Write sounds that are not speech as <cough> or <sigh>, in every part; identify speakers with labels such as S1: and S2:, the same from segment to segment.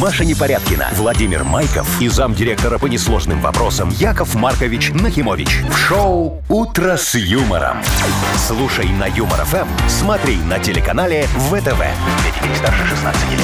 S1: Маша Непорядкина, Владимир Майков и замдиректора по несложным вопросам Яков Маркович Нахимович. В шоу «Утро с юмором». Слушай на Юмор ФМ, смотри на телеканале ВТВ. Для детей старше 16 лет.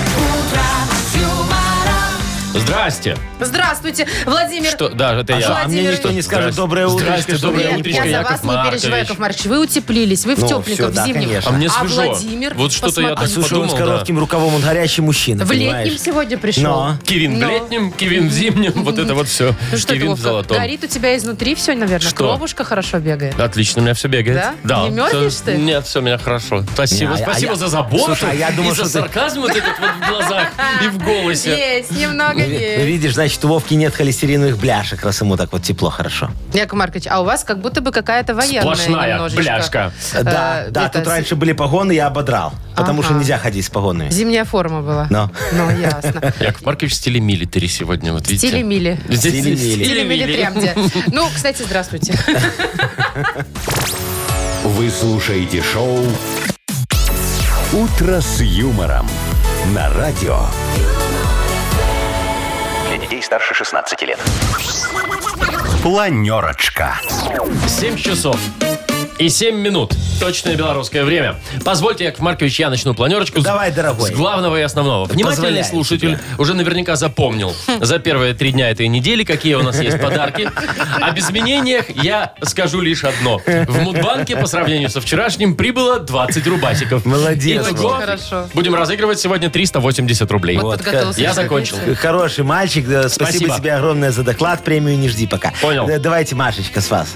S2: Здрасте.
S3: Здравствуйте, Владимир.
S2: Что? Да, это
S3: А
S2: я.
S3: что, а мне никто
S4: не скажет
S2: Здрасте.
S4: «Доброе утречко»,
S2: Здрасте,
S4: чтобы
S2: доброе
S3: Нет,
S4: я
S2: утречко,
S3: я за
S2: Яков
S3: вас не
S2: Маркович.
S3: переживаю, Яков Маркович. Вы утеплились, вы в
S4: Ну,
S3: тепленьком,
S4: всё, да,
S3: в зимнем.
S4: конечно.
S2: А мне
S3: А
S2: свежо.
S3: Владимир,
S2: вот что-то я
S3: посмотри.
S2: так
S4: А Слушай, он
S2: подумал,
S4: с
S2: да.
S4: коротким рукавом, он горячий мужчина,
S3: в летнем
S4: понимаешь?
S3: сегодня пришел.
S4: Но.
S2: Кивин в
S3: Но.
S2: летнем, Кивин в зимнем, вот это вот все.
S3: Ну что ты,
S2: Кивин в
S3: Вовка,
S2: золотом.
S3: горит у тебя изнутри все, наверное?
S2: Что?
S3: Кровушка хорошо бегает.
S2: Отлично, у меня все бегает.
S3: Да?
S2: Да.
S3: Не мерзнешь
S2: Всё-
S3: ты?
S2: Нет, все, у меня хорошо. Спасибо.
S4: Не, а я-
S2: Спасибо
S4: а я-
S2: за заботу.
S4: Слушай, а я думал,
S2: и за
S4: что ты-
S2: сарказм вот этот вот в глазах и в
S3: <laughs>
S2: голосе.
S3: Есть, немного
S4: Ну, ви- ну,
S3: есть.
S4: видишь, значит, у Вовки нет холестериновых бляшек, раз ему так вот тепло, хорошо.
S3: Яков Маркович, а у вас как будто бы какая-то военная
S2: Сплошная
S3: немножечко.
S2: бляшка.
S3: Э,
S4: Да, да,
S3: это
S4: тут
S3: с-
S4: раньше были погоны, я ободрал. Потому что
S3: Ага.
S4: нельзя ходить с погонами.
S3: Зимняя форма была.
S4: Но. <laughs>
S3: Ну, ясно.
S2: Яков Маркович в стиле милитари сегодня, вот видите.
S3: Телемили.
S2: Здесь-
S4: Стиле мили.
S3: Телемили
S2: Телемили.
S3: трямде. Ну, кстати, здравствуйте.
S1: Вы слушаете шоу «Утро с юмором» на радио. Для детей старше 16 лет. Планерочка.
S2: 7 часов и 7 минут. Точное белорусское время. Позвольте, Яков Маркович, я начну планерочку. с-
S4: Давай, дорогой.
S2: С главного и основного. Внимательный
S4: Позволяю
S2: слушатель
S4: тебе.
S2: уже наверняка запомнил за первые три дня этой недели, какие у нас есть подарки. О без изменениях я скажу лишь одно. В Мудбанке по сравнению со вчерашним прибыло 20 рубасиков.
S4: Молодец,
S2: Итого
S3: Вов. Хорошо.
S2: Будем разыгрывать сегодня 380 рублей.
S3: Вот подготовился.
S2: Я закончил.
S4: Хороший мальчик, да, спасибо,
S2: Спасибо.
S4: тебе огромное за доклад, премию не жди пока.
S2: Понял.
S4: Да, Давайте, Машечка, с вас.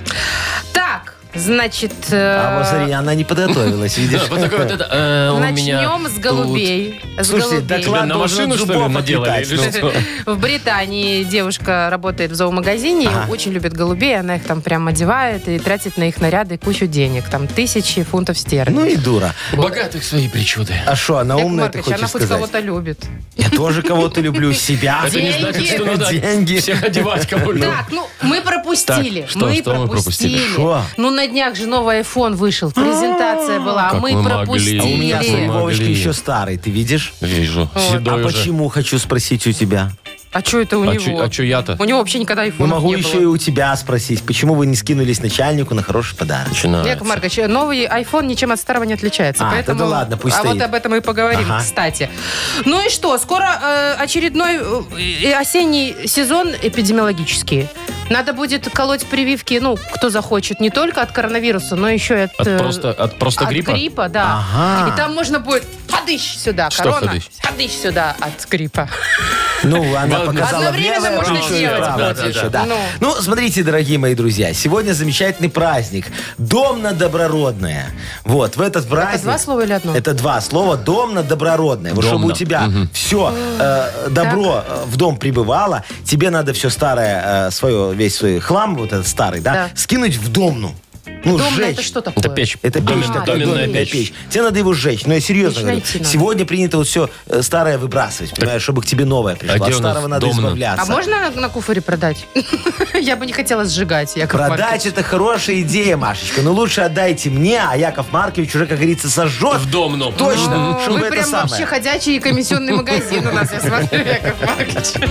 S3: Так, значит... э,
S4: А вот смотри, она
S2: <laughs>
S4: не подготовилась,
S2: Да,
S4: видишь?
S2: вот такой вот это, э, у меня
S3: Начнем с
S2: тут.
S3: голубей. С
S4: <laughs> Слушайте,
S3: голубей.
S4: доклад
S2: Тебя на
S4: должен
S2: машину, что ли,
S4: зубов
S2: наделали,
S4: отлетать,
S2: или
S4: ну.
S2: что?
S3: В Британии девушка работает в зоомагазине, и очень любит голубей, она их там прям одевает и тратит на их наряды кучу денег, там тысячи фунтов
S4: Ну
S3: стерлингов.
S4: и дура.
S2: У богатых свои причуды.
S4: А что, она
S3: Яков
S4: умная, ты
S3: Маркович, она
S4: хочешь
S3: хоть
S4: сказать?
S3: кого-то любит.
S4: Я тоже кого-то люблю, себя.
S2: А Это не
S3: Деньги.
S2: значит, что надо
S4: Деньги.
S2: всех одевать кому-либо.
S3: Так, ну мы пропустили.
S2: Так, что- что мы пропустили?
S4: Что?
S3: Ну, на днях же новый iPhone вышел. Презентация была, а
S2: Как
S3: мы
S2: мы могли.
S3: пропустили.
S4: А у меня
S2: Или-
S4: сын Вовочка
S2: Могли.
S4: еще старый, ты видишь?
S2: Вижу.
S4: А
S2: Седой уже.
S4: почему, хочу спросить у тебя.
S3: А что это у
S2: А
S3: него?
S2: чё- а чё я-то?
S3: У него вообще никогда
S4: Ну,
S3: айфона
S4: могу
S3: не
S4: еще и
S3: было.
S4: у тебя спросить, почему вы не скинулись начальнику на хороший подарок?
S3: Яков
S2: Начинается.
S3: Маркович, новый iPhone ничем от старого не отличается.
S4: А,
S3: поэтому...
S4: тогда ладно, пусть
S3: А
S4: стоит.
S3: вот об этом и поговорим,
S4: Ага.
S3: кстати. Ну и что, скоро э, очередной э, осенний сезон эпидемиологический. Надо будет колоть прививки, ну, кто захочет, не только от коронавируса, но еще и от...
S2: От
S3: э,
S2: просто, от просто
S3: от
S2: гриппа?
S3: да.
S4: Ага.
S3: И там можно будет ходыщ сюда,
S2: Что
S3: корона.
S2: ходыщ?
S3: Ходыщ сюда от гриппа.
S4: Ну, она
S2: Ладно.
S4: показала в
S3: Одновременно
S4: левое
S3: можно
S4: плечо и
S3: делать,
S4: правое
S2: да,
S4: плечо,
S2: да,
S3: да.
S4: да.
S3: Ну.
S4: Ну, смотрите, дорогие мои друзья, сегодня замечательный праздник. Дом на Доброродное. Вот, в этот праздник...
S3: два слова или одно?
S4: Это два слова. Дом на Доброродное. Вот чтобы у
S2: Домно.
S4: тебя все добро э, в дом прибывало, тебе надо все старое, э, свое, весь свой хлам, вот этот старый, да,
S3: Да.
S4: скинуть в домну. Ну,
S3: Дом,
S4: сжечь.
S3: это что такое?
S2: Это печь.
S4: Это печь,
S3: А,
S4: такая,
S3: доменная
S4: доменная
S2: печь.
S4: печь. Тебе надо его сжечь. Но я серьезно
S3: Печь
S4: говорю,
S3: найти надо.
S4: сегодня принято вот все старое выбрасывать, понимаешь, чтобы к тебе новое пришло.
S2: А где
S4: От
S2: у нас
S4: старого надо
S2: дом на-
S4: избавляться.
S3: А можно на, на куфоре продать? <laughs> Я бы не хотела сжигать, Яков
S4: Продать
S3: Маркович.
S4: это хорошая идея, Машечка. Но лучше отдайте мне, а Яков Маркович уже, как говорится, сожжет.
S2: В дом, ну.
S4: Точно,
S3: Ну,
S4: чтобы
S3: Вы
S4: это
S3: прям
S4: самое.
S3: вообще ходячий комиссионный магазин у нас, я
S4: <laughs>
S3: смотрю, Яков Маркович.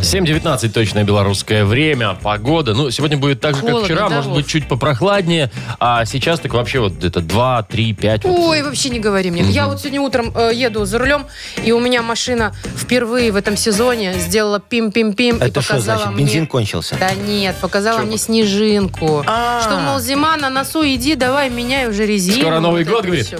S2: 7.19 точное белорусское время, погода. Ну, сегодня будет так же, как
S3: Холодно,
S2: вчера,
S3: да,
S2: может
S3: Вов?
S2: быть, чуть попрохладнее. А сейчас так вообще вот где-то 2, 3, 5.
S3: Ой, вообще не говори мне. Я вот сегодня утром э, еду за рулем, и у меня машина впервые в этом сезоне сделала пим-пим-пим и
S4: Это что
S3: показала
S4: значит?
S3: мне...
S4: Бензин кончился?
S3: Да нет, показала мне снежинку.
S4: А.
S3: Что, мол, зима на носу, иди, давай, меняй уже резину.
S2: Скоро Новый
S3: это
S2: год, говорит?
S3: всё.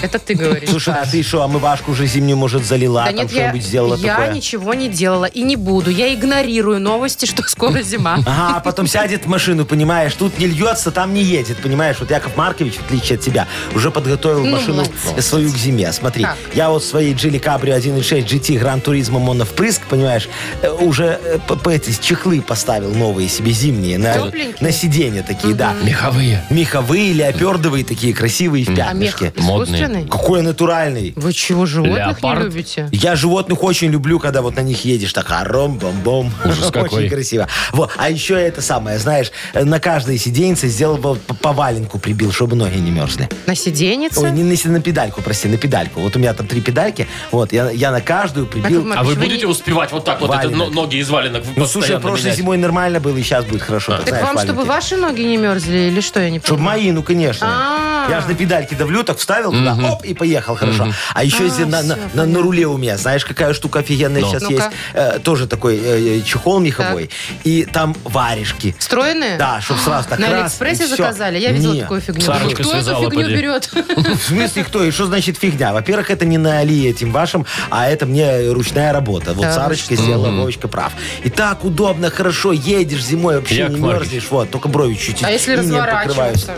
S3: Это ты говоришь.
S4: Слушай, а ты что, омывашку уже зимнюю, может, залила,
S3: Да
S4: там
S3: нет, я,
S4: что-нибудь сделала
S3: я
S4: такое?
S3: ничего не делала и не буду. Я игнорирую новости, что скоро зима.
S4: Ага, а потом сядет в машину, понимаешь, тут не льется, там не едет, понимаешь. Вот Яков Маркович, в отличие от тебя, уже подготовил
S3: Ну,
S4: машину
S3: молодец.
S4: свою к зиме. Смотри,
S3: Так.
S4: я вот в своей Джили Кабрио 1.6 GT Гран Туризмо Моновпрыск, понимаешь, э, уже э, по- по эти чехлы поставил новые себе зимние на,
S3: Тепленькие?
S4: на сиденья такие, да.
S2: Меховые.
S4: Меховые, леопердовые такие красивые в
S3: А мех
S4: пятнышке.
S2: Модные.
S3: натуральный?
S4: Какой я натуральный.
S3: Вы чего, животных
S2: Леопард.
S3: не любите?
S4: Я животных очень люблю, когда вот на них едешь так аром бом бом
S2: Ужас какой.
S4: <laughs> Очень красиво. Вот. А еще это самое, знаешь, э, на каждой сиденьце сделал бы по, по валенку прибил, чтобы ноги не мерзли.
S3: На сиденьице?
S4: Ой, не на, си- на педальку, прости, на педальку. Вот у меня там три педальки. Вот, я, я на каждую прибил.
S3: Яков Маркович,
S2: А вы
S3: Вы не-
S2: будете успевать вот так вот это,
S4: Валенок.
S2: но- ноги из валенок
S4: Ну, слушай,
S2: постоянно
S4: прошлой
S2: менять?
S4: зимой нормально было, и сейчас будет хорошо. ты
S3: Так
S4: знаешь,
S3: вам, чтобы
S4: валенки.
S3: ваши ноги не мерзли или что, я не
S4: Чтобы
S3: понимаю?
S4: мои, ну, конечно.
S3: А.
S4: Я же на педальке давлю, так вставил туда, оп, и поехал, хорошо. А еще если на, на-
S3: всё,
S4: на- на руле у меня, знаешь, какая штука офигенная сейчас
S3: Ну-ка.
S4: есть, Э, тоже такой э, э, чехол меховой, и там варежки.
S3: Стройные?
S4: Да, чтобы сразу так
S3: На
S4: раз, и
S3: Алиэкспрессе
S4: всё.
S3: заказали? Я видела
S4: Не.
S3: такую фигню.
S2: Сарочка
S3: Кто эту
S2: связала,
S3: фигню
S2: поди.
S3: берет?
S4: В смысле кто? И что значит фигня? Во-первых, это не на Али этим вашим, а это мне ручная работа. Вот
S3: Да,
S4: Сарочка сделала, Вовочка прав. И так удобно, хорошо, едешь зимой, вообще
S2: Яков
S4: не
S2: Маркович.
S4: мерзнешь. Вот, только брови чуть-чуть
S3: А если
S4: инеем
S3: разворачиваться?
S4: покрываются.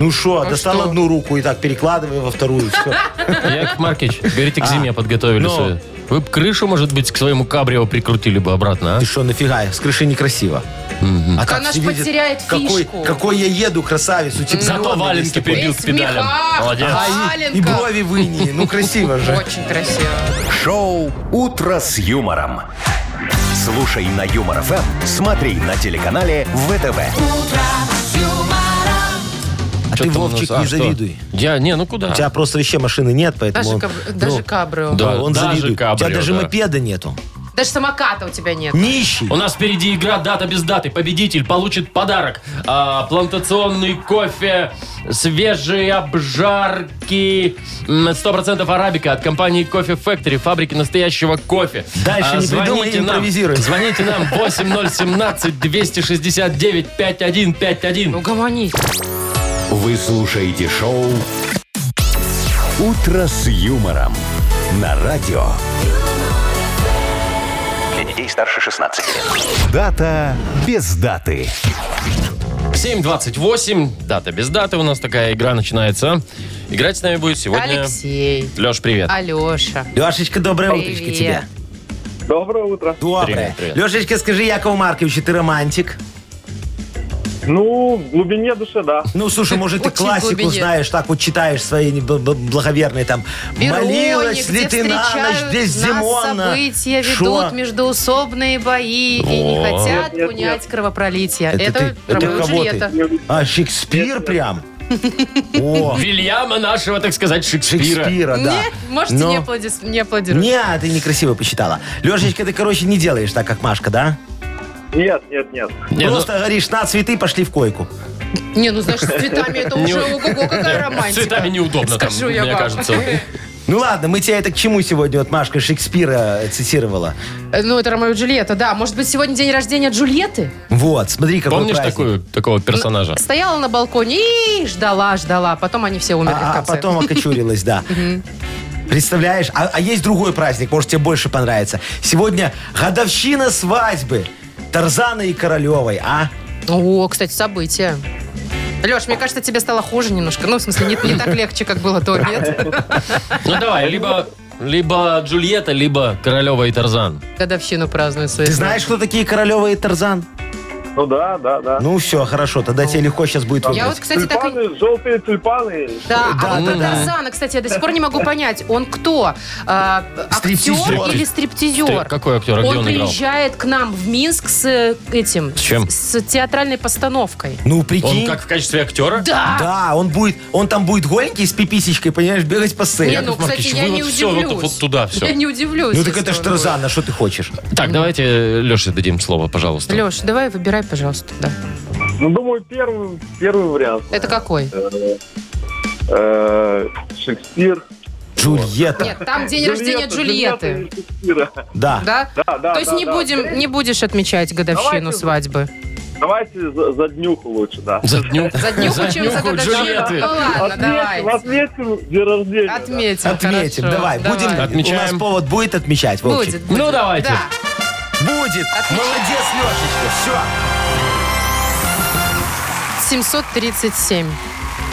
S4: Ну что,
S3: А
S4: достал
S3: что?
S4: одну руку и так перекладывай во вторую. всё.
S2: Яков Маркич, говорите, к зиме подготовили
S4: А. ну.
S2: свою. Вы бы крышу, может быть, к своему кабрио прикрутили бы обратно, а?
S4: Ты что, нафига? С крыши некрасиво. А так
S3: Она ж
S4: все видят,
S3: потеряет
S4: какой,
S3: фишку.
S4: Какой я еду, красавец. у тебя
S2: Зато
S4: миллион есть
S2: валенки
S4: такой.
S2: прибил к
S3: Весь в
S2: педалям.
S3: мехах.
S2: Молодец.
S4: А, и- и
S3: Валенка.
S4: брови выни. Ну, красиво же.
S3: Очень красиво.
S1: Шоу «Утро с юмором». Слушай на Юмор ФМ, смотри на телеканале ВТВ.
S4: А
S2: Чё
S4: ты,
S2: там у нас?
S4: Вовчик,
S2: А,
S4: не
S2: что?
S4: завидуй.
S2: Я, не, ну куда?
S4: У тебя просто еще машины нет, поэтому...
S3: Даже,
S4: он-
S3: кабр-
S4: ну,
S3: даже кабрио.
S2: да.
S4: он
S2: даже
S4: завидует. У тебя
S2: кабрио,
S4: даже
S2: да.
S4: мопеда нету.
S3: Даже самоката у тебя нет.
S4: Нищий.
S2: У нас впереди игра «Дата без даты». Победитель получит подарок. А, плантационный кофе, свежие обжарки, м, 100% арабика от компании Кофе Factory, фабрики настоящего кофе. А,
S4: Дальше не придумай,
S2: звоните нам.
S4: импровизируй.
S2: Звоните нам 8017-269-5151.
S3: Ну, гомони.
S1: Вы слушаете шоу «Утро с юмором» на радио. Для детей старше 16 лет. Дата без даты.
S2: Ну, 7.28, дата без даты у нас такая игра начинается. Играть с нами будет сегодня...
S3: Алексей.
S2: Леш, привет.
S3: А- Алеша.
S4: Лешечка, доброе
S3: Привет.
S4: утречко тебе.
S5: Доброе утро.
S4: Доброе.
S2: Привет, привет.
S4: Лешечка, скажи, Якову Марковичу, ты романтик?
S5: Ну, в глубине души, да.
S4: Ну, слушай, может, ты
S3: Очень
S4: классику
S3: глубине.
S4: знаешь, так вот читаешь свои не- бл- бл- благоверные там.
S3: Вероник,
S4: Молилась ли
S3: где
S4: ты на ночь,
S3: встречают
S4: здесь
S3: нас
S4: Зимона?
S3: события, ведут
S4: Шо?
S3: междуусобные бои и не
S2: Во.
S3: хотят
S5: Нет, нет,
S3: унять кровопролитие.
S4: Это ты-
S3: Это,
S4: это
S3: Ромео и
S4: кого ты?
S3: Джульетта.
S4: А, Шекспир прям?
S3: <laughs>
S4: О,
S2: Вильяма нашего, так сказать, Шекспира.
S4: Шекспира, да.
S3: Нет, можете
S4: Но-
S3: не, аплодис- не аплодировать.
S4: Не, а ты некрасиво посчитала. Лешечка, ты, короче, не делаешь так, как Машка, да?
S5: Нет, нет, нет.
S2: Не, ну,
S4: Просто говоришь, на цветы, пошли в койку.
S3: Не, ну значит, с цветами это уже ого-го, какая
S2: С
S3: романтика.
S2: цветами неудобно там,
S3: Скажу я
S2: мне
S3: вам.
S2: кажется.
S4: Ну ладно, мы тебя это к чему сегодня, вот Машка Шекспира э, цитировала.
S3: Э, Ну, это Ромео и Джульетта, да. Может быть, сегодня день рождения Джульетты?
S4: Вот, смотри, какой
S2: Помнишь
S4: праздник.
S2: такую, такого персонажа?
S3: Стояла на балконе и ждала, ждала. Потом они все умерли в
S4: А, а
S3: конце.
S4: потом окочурилась, да.
S3: <laughs>
S4: Представляешь? А, а есть другой праздник, может, тебе больше понравится. Сегодня годовщина свадьбы Тарзана и Королевой, а?
S3: Ну, О, кстати, событие. Леш, мне кажется, тебе стало хуже немножко. Ну, в смысле, не, не так легче, как было то,
S4: <laughs>
S3: нет?
S2: Ну давай, либо, либо Джульетта, либо Королева и Тарзан.
S3: Годовщину празднуют свои.
S4: Ты знаешь, кто такие Королева и Тарзан?
S5: Ну да, да, да.
S4: Ну все, хорошо, тогда тебе легко сейчас будет
S3: Я вот,
S4: выбрать.
S3: кстати, Ну, так и...
S5: тюльпаны, желтые тюльпаны.
S3: Да, а
S4: Да,
S3: вот
S4: да,
S3: про
S4: да.
S3: Тарзана, кстати, я до сих пор не могу понять, он кто? А,
S4: Стриптизер.
S3: актер или стриптизер?
S2: Ты- какой актер, а где
S3: он,
S2: он играл?
S3: приезжает к нам в Минск с э, этим...
S2: С чем?
S3: С театральной постановкой.
S4: Ну,
S2: Он
S4: прикинь.
S2: как в качестве актера?
S3: Да!
S4: Да, он будет, он там будет голенький с пиписечкой, понимаешь, бегать по
S3: Не,
S4: сцене.
S3: ну, кстати,
S2: Маркович,
S3: я
S2: вы
S3: не
S2: вот
S3: удивлюсь.
S2: всё, вот- вот туда всё.
S3: <laughs> Я не удивлюсь.
S4: Ну так это ж Тарзан, а что ты хочешь?
S2: Так, давайте Леше дадим слово, пожалуйста.
S3: Леш, давай выбирай, пожалуйста, да.
S5: Ну, думаю, первый, первый вариант.
S3: Это какой?
S5: Э, э, Шекспир.
S4: Джульетта.
S3: Нет, там день рождения
S5: Джульетта,
S3: Джульетты.
S5: Джульетта и Шекспира.
S4: Да.
S3: Да?
S5: Да, да,
S3: То есть
S5: да,
S3: не
S5: да.
S3: будем, не будешь отмечать годовщину
S5: Давайте.
S3: свадьбы.
S5: Давайте за, за днюху лучше, да.
S2: За дню.
S3: За днюху, чем за
S2: днюху
S3: годовщину.
S2: Джульетты.
S3: Ну ладно,
S5: отметим,
S3: давай.
S5: отметим день рождения. да.
S3: Отметим.
S4: Отметим,
S3: хорошо,
S4: давай, будем.
S2: Отмечаем.
S4: У нас повод будет отмечать, Вовчик?
S3: Будет. будет.
S2: Ну, давайте.
S3: Да.
S4: Будет. Молодец, Лешечка, все.
S3: 737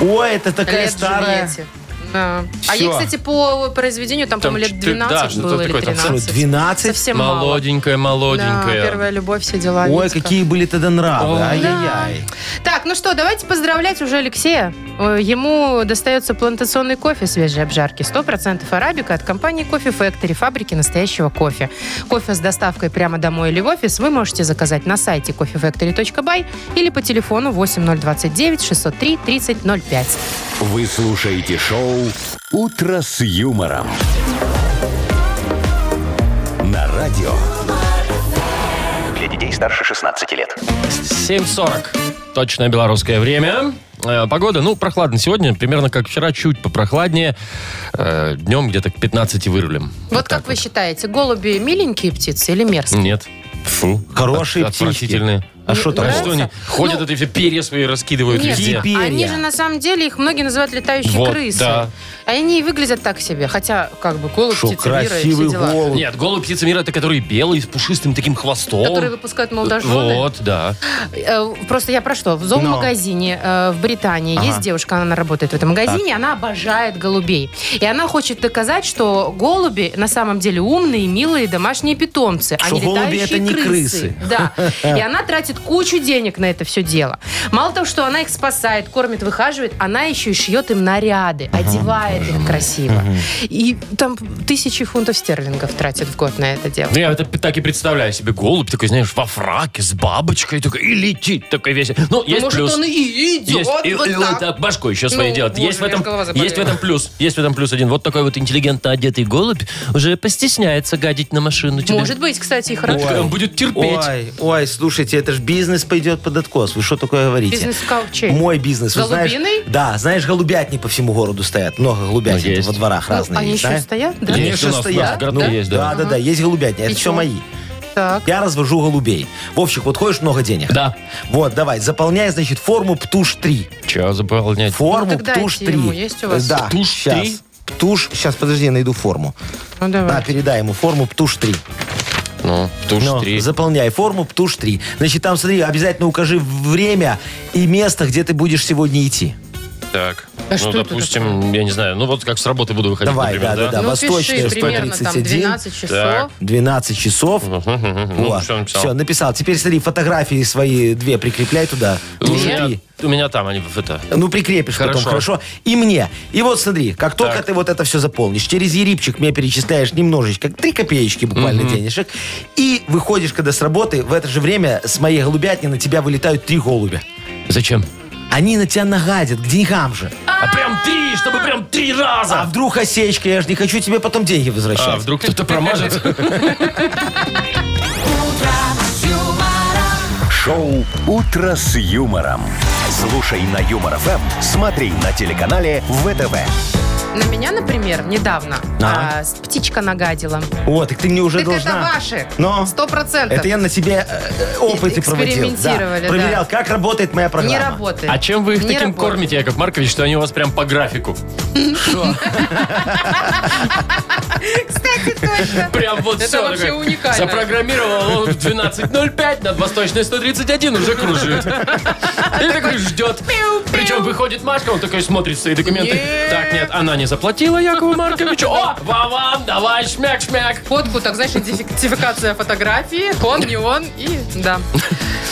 S4: Ой, это такая
S3: лет
S4: старая.
S3: Джульетте. Да. А
S4: Всё.
S3: ей, кстати, по произведению там,
S2: Там
S3: по-моему, лет
S2: четы- да,
S3: 12
S2: что-то
S3: было или
S2: такое, там
S3: 13.
S4: Что, 12?
S3: Совсем мало.
S2: Молоденькая,
S3: Да,
S2: молоденькая.
S3: первая любовь, все дела.
S4: Ой,
S3: Витька.
S4: какие были тогда нравы.
S2: Ой.
S4: Ай-яй-яй.
S3: Так, ну что, давайте поздравлять уже Алексея. Э, Ему достается плантационный кофе свежей обжарки. 100% арабика от компании Кофе Factory, фабрики настоящего кофе. Кофе с доставкой прямо домой или в офис вы можете заказать на сайте coffeefactory.by или по телефону 8029 603 3005.
S1: Вы слушаете шоу «Утро с юмором». На радио. Для детей старше 16 лет.
S2: 7.40. Точное белорусское время. Э, Погода, ну, прохладно сегодня, примерно как вчера, чуть попрохладнее. Э, Днем где-то к 15 вырулим.
S3: Вот, как вы считаете, голуби миленькие птицы или мерзкие?
S2: Нет. Фу.
S4: Хорошие
S2: От-
S4: Ну, птички.
S2: Отвратительные.
S4: А что там?
S2: А что они
S3: Нравится?
S2: ходят,
S3: Ну,
S2: эти все перья свои раскидывают Ну,
S3: Нет,
S2: везде?
S4: Теперь
S3: они
S4: я.
S3: же на самом деле, их многие называют летающие
S2: Вот,
S3: крысы.
S2: да.
S3: А они и выглядят так себе. Хотя, как бы, голубь,
S4: Что,
S3: птица, мира и
S4: красивый
S3: все дела.
S4: голубь.
S2: Нет, голубь птица мира, это который белый, с пушистым таким хвостом.
S3: Которые выпускают молодожены.
S2: Вот, да.
S3: Э, Просто я про что? В зоомагазине э, в Британии
S4: Ага.
S3: есть девушка, она работает в этом магазине, она обожает голубей. И она хочет доказать, что голуби на самом деле умные, милые домашние питомцы,
S4: Что
S3: а не
S4: голуби
S3: летающие
S4: это не крысы.
S2: <laughs>
S3: Да. И она тратит кучу денег на это все дело. Мало того, что она их спасает, кормит, выхаживает, она еще и шьет им наряды, одевает их красиво. И там тысячи фунтов стерлингов тратит в год на это дело.
S2: Ну, я это п- так и представляю себе. Голубь такой, знаешь, во фраке, с бабочкой такой, и летит такой весь. Ну, есть
S3: может,
S2: плюс.
S3: он и идет
S2: Есть, и-
S3: вот
S2: и
S3: так.
S2: вот так башкой еще свои
S3: Ну,
S2: делает.
S3: боже,
S2: Есть в,
S3: у меня
S2: этом,
S3: голова заболела.
S2: есть в этом плюс. Есть в этом плюс один. Вот такой вот интеллигентно одетый голубь уже постесняется гадить на машину тебе.
S3: Может быть, кстати, и
S2: Он
S3: хорошо.
S2: такой, он будет терпеть.
S4: Ой, ой, слушайте, это же бизнес пойдет под откос. Вы что такое говорите?
S3: Бизнес в чей?
S4: Мой бизнес. вы знаешь-
S3: Голубиный?
S4: да, знаешь, голубятни по всему городу стоят. Много
S2: Ну,
S4: голубятни
S2: есть.
S4: во дворах
S3: Ну,
S4: разные.
S3: они
S4: есть,
S3: еще
S4: да?
S3: стоят, да?
S4: Они
S2: Есть,
S4: еще
S2: у нас- у нас
S4: стоят.
S2: в городке
S4: Ну,
S2: есть, да.
S4: Да, да, да, есть голубятни.
S3: И
S4: Это все
S3: чё?
S4: мои.
S3: Так.
S4: Я развожу голубей. Вовчик, вот ходишь много денег?
S2: Да.
S4: Вот, давай, заполняй, значит, форму ПТУШ-3.
S2: Че заполнять?
S4: Форму
S3: Ну, тогда эти ему
S4: ПТУШ-3.
S3: есть у вас?
S4: Да,
S2: «Птуш-3»?
S4: щас. ПТУШ, сейчас, подожди, я найду форму.
S3: Ну, давай.
S4: Да, передай ему форму ПТУШ-3.
S2: Ну, туш
S4: Ну,
S2: три.
S4: Заполняй форму ПТУШ-3. Значит, там, смотри, обязательно укажи время и место, где ты будешь сегодня идти.
S2: Так.
S3: Да А что
S2: ну,
S3: это
S2: допустим, я не знаю. Ну, вот как с работы буду выходить,
S4: Давай,
S2: например,
S4: да, да, да.
S3: Ну,
S4: Восточная,
S3: пиши примерно там
S4: 131.
S3: 12 часов.
S2: Так.
S4: 12 часов.
S2: Ну, всё написал.
S4: Все, написал. Теперь смотри, фотографии свои две прикрепляй туда.
S2: У
S4: Тушь
S2: меня,
S4: три.
S2: у меня там они в это.
S4: Ну, прикрепишь потом,
S2: Хорошо.
S4: хорошо? И мне. И вот смотри, как только
S2: Так.
S4: ты вот это все заполнишь, через Ерипчик мне перечисляешь немножечко, три копеечки буквально денежек, и выходишь, когда с работы, в это же время с моей голубятни на тебя вылетают три голубя.
S2: Зачем?
S4: Они на тебя нагадят, к деньгам же.
S2: А прям три, чтобы прям три
S4: А
S2: раза.
S4: вдруг осечка, я же не хочу тебе потом деньги возвращать.
S2: А вдруг кто-то
S3: <laughs>
S2: промажет?
S1: Шоу «Утро с юмором». Слушай на Юмор ФМ, смотри на телеканале ВТВ.
S3: На меня, например, недавно
S4: А.
S3: а, с- птичка нагадила.
S4: О, так ты мне уже
S3: Так
S4: должна.
S3: это ваши.
S4: Но.
S3: Сто процентов.
S4: Это я на тебе э, э, опыты проводил. да.
S3: Экспериментировали, да.
S4: Проверял, как работает моя программа.
S3: Не работает.
S2: А чем вы их
S3: Не
S2: таким
S3: работает.
S2: кормите, Яков Маркович, что они у вас прям по графику?
S4: <laughs>
S3: Кстати, точно.
S2: Прям вот
S3: Это
S2: все.
S3: вообще уникально.
S2: Запрограммировал он в 12.05 над Восточной 131 уже кружит. И такой ждет. Причем выходит Машка, он такой смотрит свои документы.
S3: Нет.
S2: Так, нет, она не заплатила Якову Марковичу. О, Вован, давай, шмяк-шмяк.
S3: Фотку, так знаешь, идентификация фотографии, он, не он, и да.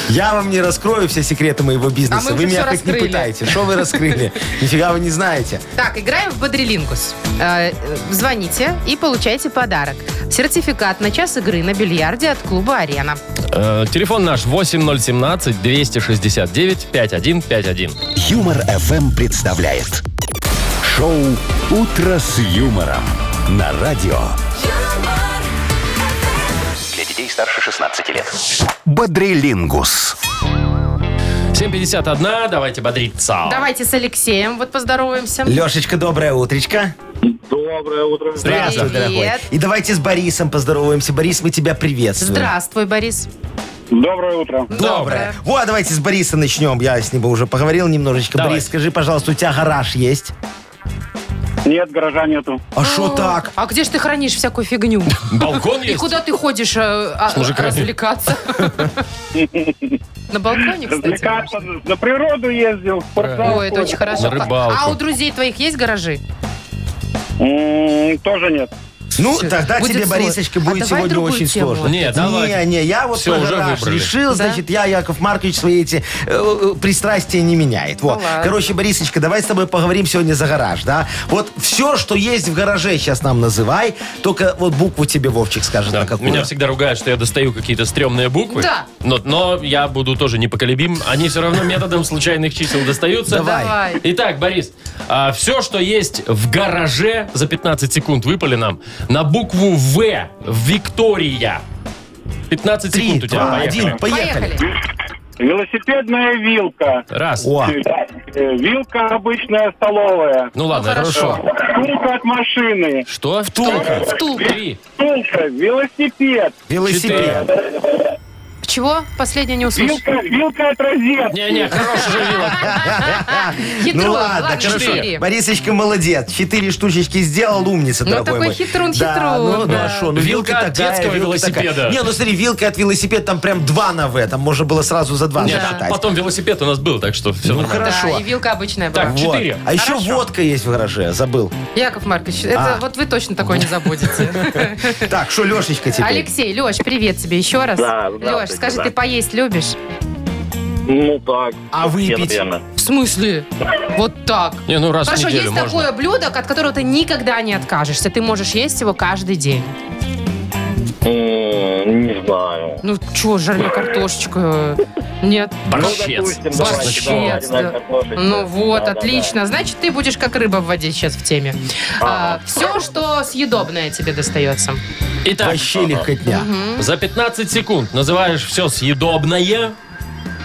S4: Я вам не раскрою все секреты моего бизнеса.
S3: А мы
S4: вы
S3: уже
S4: меня
S3: всё
S4: так не
S3: раскрыли.
S4: пытаете. Что
S3: <laughs>
S4: вы раскрыли? Нифига вы не знаете.
S3: Так, играем в Бодрилингус. Э, э, Звоните и получайте подарок. Сертификат на час игры на бильярде от клуба «Арена».
S2: Э, Телефон наш 8017 269 5151.
S1: Юмор ФМ представляет. Шоу «Утро с юмором» на радио. Для детей старше 16 лет. Бодрилингус.
S2: 751, давайте бодриться.
S3: Давайте с Алексеем вот поздороваемся.
S4: Лешечка, доброе утречко.
S5: Доброе утро.
S4: Здравствуй,
S3: Привет.
S4: дорогой. И давайте с Борисом поздороваемся. Борис, мы тебя приветствуем.
S3: Здравствуй, Борис.
S5: Доброе утро.
S2: Доброе.
S4: Вот, давайте с Бориса начнем. Я с ним уже поговорил немножечко.
S2: Давай.
S4: Борис, скажи, пожалуйста, у тебя гараж есть?
S5: Нет, гаража нету.
S4: А что так?
S3: А где же ты хранишь всякую фигню? <laughs>
S2: Балкон
S3: И
S2: есть?
S3: куда ты ходишь э, а-
S2: мужиками.
S3: развлекаться? На балконе, кстати.
S5: Развлекаться, на природу ездил, в спортзал.
S3: Ой, это очень хорошо.
S2: На рыбалку.
S3: А у друзей твоих есть гаражи?
S5: М, Тоже нет.
S4: Ну,
S3: Всё,
S4: тогда
S3: будет
S4: тебе,
S3: сложно.
S4: Борисочка, будет
S3: А давай
S4: сегодня
S3: другую
S4: очень
S3: тему.
S4: сложно.
S2: Не, давайте.
S4: Не, не, я вот
S2: Всё,
S4: про
S2: уже
S4: гараж
S2: выбрали.
S4: решил,
S3: Да?
S4: значит, я, Яков Маркович, свои эти э, э, пристрастия не меняет. Вот.
S3: Ну ладно.
S4: Короче, Борисочка, давай с тобой поговорим сегодня за гараж, да? Вот все, что есть в гараже, сейчас нам называй, только вот букву тебе Вовчик скажет,
S2: Да,
S4: на какую.
S2: Меня всегда ругают, что я достаю какие-то стрёмные буквы.
S3: Да.
S2: Но, но я буду тоже непоколебим. Они все равно методом случайных чисел достаются.
S4: Давай.
S3: Давай.
S2: Итак, Борис, все, что есть в гараже, за 15 секунд выпали нам, на букву В, Виктория. 15
S4: Три,
S2: секунд у тебя,
S4: два,
S2: поехали.
S4: один, поехали.
S3: Поехали.
S5: Велосипедная вилка.
S2: Раз.
S4: О,
S5: Э, Вилка обычная столовая.
S2: Ну ладно,
S3: Ну, хорошо.
S2: хорошо.
S5: Втулка от машины.
S2: Что?
S4: Втулка.
S3: Втулка.
S2: Три.
S5: Втулка, велосипед.
S4: велосипед.
S2: Четыре.
S3: Чего? Последнее не услышал.
S5: Вилка, вилка от розетки.
S2: Не-не, хорошая же вилка.
S3: Хитро.
S4: Ну ладно,
S2: хорошо.
S3: четыре.
S4: Борисочка молодец. Четыре штучечки сделал, умница,
S3: Ну,
S4: дорогой
S3: такой
S4: мой.
S3: хитрун,
S4: Да,
S3: хитрун,
S4: ну,
S3: да.
S4: ну, а шо, ну,
S2: Вилка
S4: вилка
S2: от
S4: такая,
S2: детского
S4: вилка такая.
S2: велосипеда.
S4: Не, ну смотри, вилка от велосипеда, там прям два на В. Там можно было сразу за два
S2: Нет,
S4: засчитать.
S2: потом велосипед у нас был, так что
S4: Ну,
S2: все нормально.
S3: Да,
S4: Хорошо.
S3: и вилка обычная была.
S2: Так,
S4: Вот.
S2: четыре.
S4: А еще водка есть в гараже, забыл.
S3: Яков Маркович, это
S4: А.
S3: вот вы точно такое не забудете.
S4: Так, что, Лешечка теперь?
S3: Алексей, Леш, привет тебе еще раз.
S6: Да,
S3: Леш,
S6: здравствуйте,
S3: скажи,
S6: да.
S3: ты поесть любишь?
S6: Ну так.
S4: А выпить?
S6: Все, наверное.
S3: В смысле? Вот так.
S2: Не, ну раз в
S3: Хорошо,
S2: неделю
S3: есть
S2: можно.
S3: такое блюдо, от которого ты никогда не откажешься. Ты можешь есть его каждый день.
S6: М, Не знаю.
S3: Ну,
S6: <laughs>
S3: чё, жарю картошечку? э, Нет.
S2: Борщец.
S6: Ну, допустим,
S3: Борщец,
S6: давайте,
S3: да.
S6: давайте, картошечка.
S3: Ну вот,
S6: Да-да-да.
S3: отлично. Значит, ты будешь как рыба в воде сейчас в теме.
S6: А.
S3: все, что съедобное тебе достается.
S2: Итак,
S4: Вообще легкотня.
S2: за 15 секунд называешь все съедобное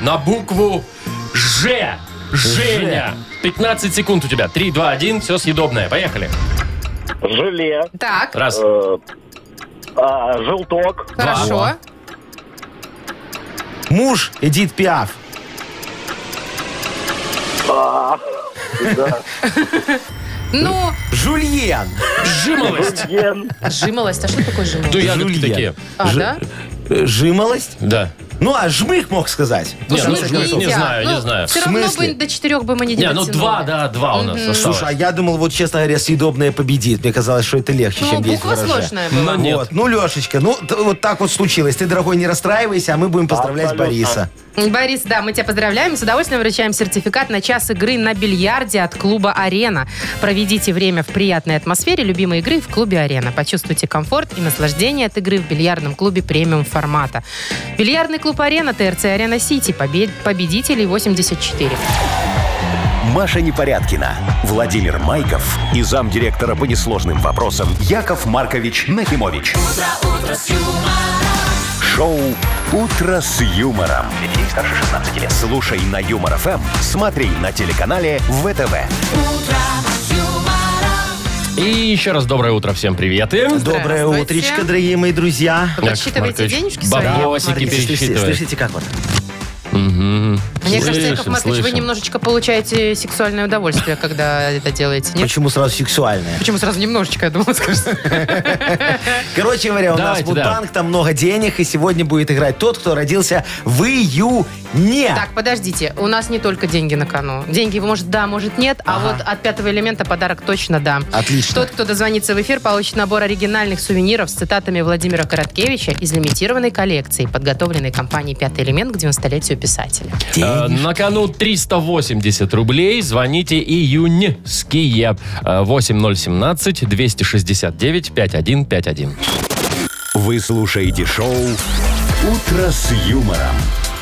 S2: на букву Ж. Женя. 15 секунд у тебя. 3, 2, 1, все съедобное. Поехали.
S6: Желе.
S3: Так,
S2: Раз.
S6: э, а, Желток.
S3: хорошо.
S4: Муж Эдит Пиаф.
S3: Ну,
S4: Жульен.
S7: <laughs>
S2: Жимолость.
S6: Ген.
S3: жимолость. А что такое
S2: Ну,
S3: жимолость?
S2: ягодки
S4: Жульен.
S2: такие.
S3: А, да?
S4: Э, Жимолость?
S2: Да.
S4: Ну, а жмых мог сказать.
S2: Не, ну,
S3: Слушай,
S2: не, не
S3: нельзя.
S2: знаю, не
S3: Ну,
S2: знаю.
S3: Все
S4: В
S3: равно бы
S4: смысле?
S3: до четырех бы мы не
S2: Не, ну
S3: дотянули.
S2: два, да, два у нас осталось.
S4: Слушай, а я думал, вот, честно говоря, съедобное победит. Мне казалось, что это легче,
S3: Ну,
S4: чем есть в
S3: буква
S4: гараже.
S3: сложная была.
S2: Ну, нет.
S4: Вот, ну, Лешечка, ну, т- вот так вот случилось. Ты, дорогой, не расстраивайся, а мы будем поздравлять
S6: Абсолютно.
S4: Бориса.
S3: Борис, да, мы тебя поздравляем. С удовольствием вручаем сертификат на час игры на бильярде от клуба «Арена». Проведите время в приятной атмосфере любимой игры в клубе «Арена». Почувствуйте комфорт и наслаждение от игры в бильярдном клубе премиум формата. Бильярдный клуб «Арена» ТРЦ «Арена Сити». Побед- Победителей 84.
S1: Маша Непорядкина, Владимир Майков и замдиректора по несложным вопросам Яков Маркович Нахимович. Шоу Утро с юмором. Для детей старше 16 лет. Слушай на юмор ФМ, смотри на телеканале ВТВ.
S2: И еще раз доброе утро, всем привет. И-
S4: Доброе
S3: Здравствуйте.
S4: утречко, дорогие мои друзья.
S3: Вы
S2: Яков
S3: подсчитываете
S2: Маркович,
S3: денежки свои? Яков
S2: бабосики
S3: Маркович?
S2: перед-
S4: Слышите,
S2: пересчитывает.
S4: слышите, как вот?
S3: Мне кажется, Яков
S2: Слышим,
S3: Маркович, вы
S2: слышим.
S3: немножечко получаете сексуальное удовольствие, когда это делаете, нет?
S4: Почему сразу сексуальное?
S3: Почему сразу немножечко, я думала, скажете.
S4: Короче говоря, у
S2: Давайте,
S4: нас будет
S2: да.
S4: банк, там много денег, и сегодня будет играть тот, кто родился в июне.
S3: Так, подождите, у нас не только деньги на кону. Деньги, может, да, может, нет, а вот от пятого элемента подарок точно да.
S4: Отлично.
S3: Тот, кто дозвонится в эфир, получит набор оригинальных сувениров с цитатами Владимира Короткевича из лимитированной коллекции, подготовленной компанией «Пятый элемент» к 90-летию писателя.
S2: Э, На кону 380 рублей. Звоните июньские. Э, 8017-269-5151.
S1: Вы слушаете шоу Утро с юмором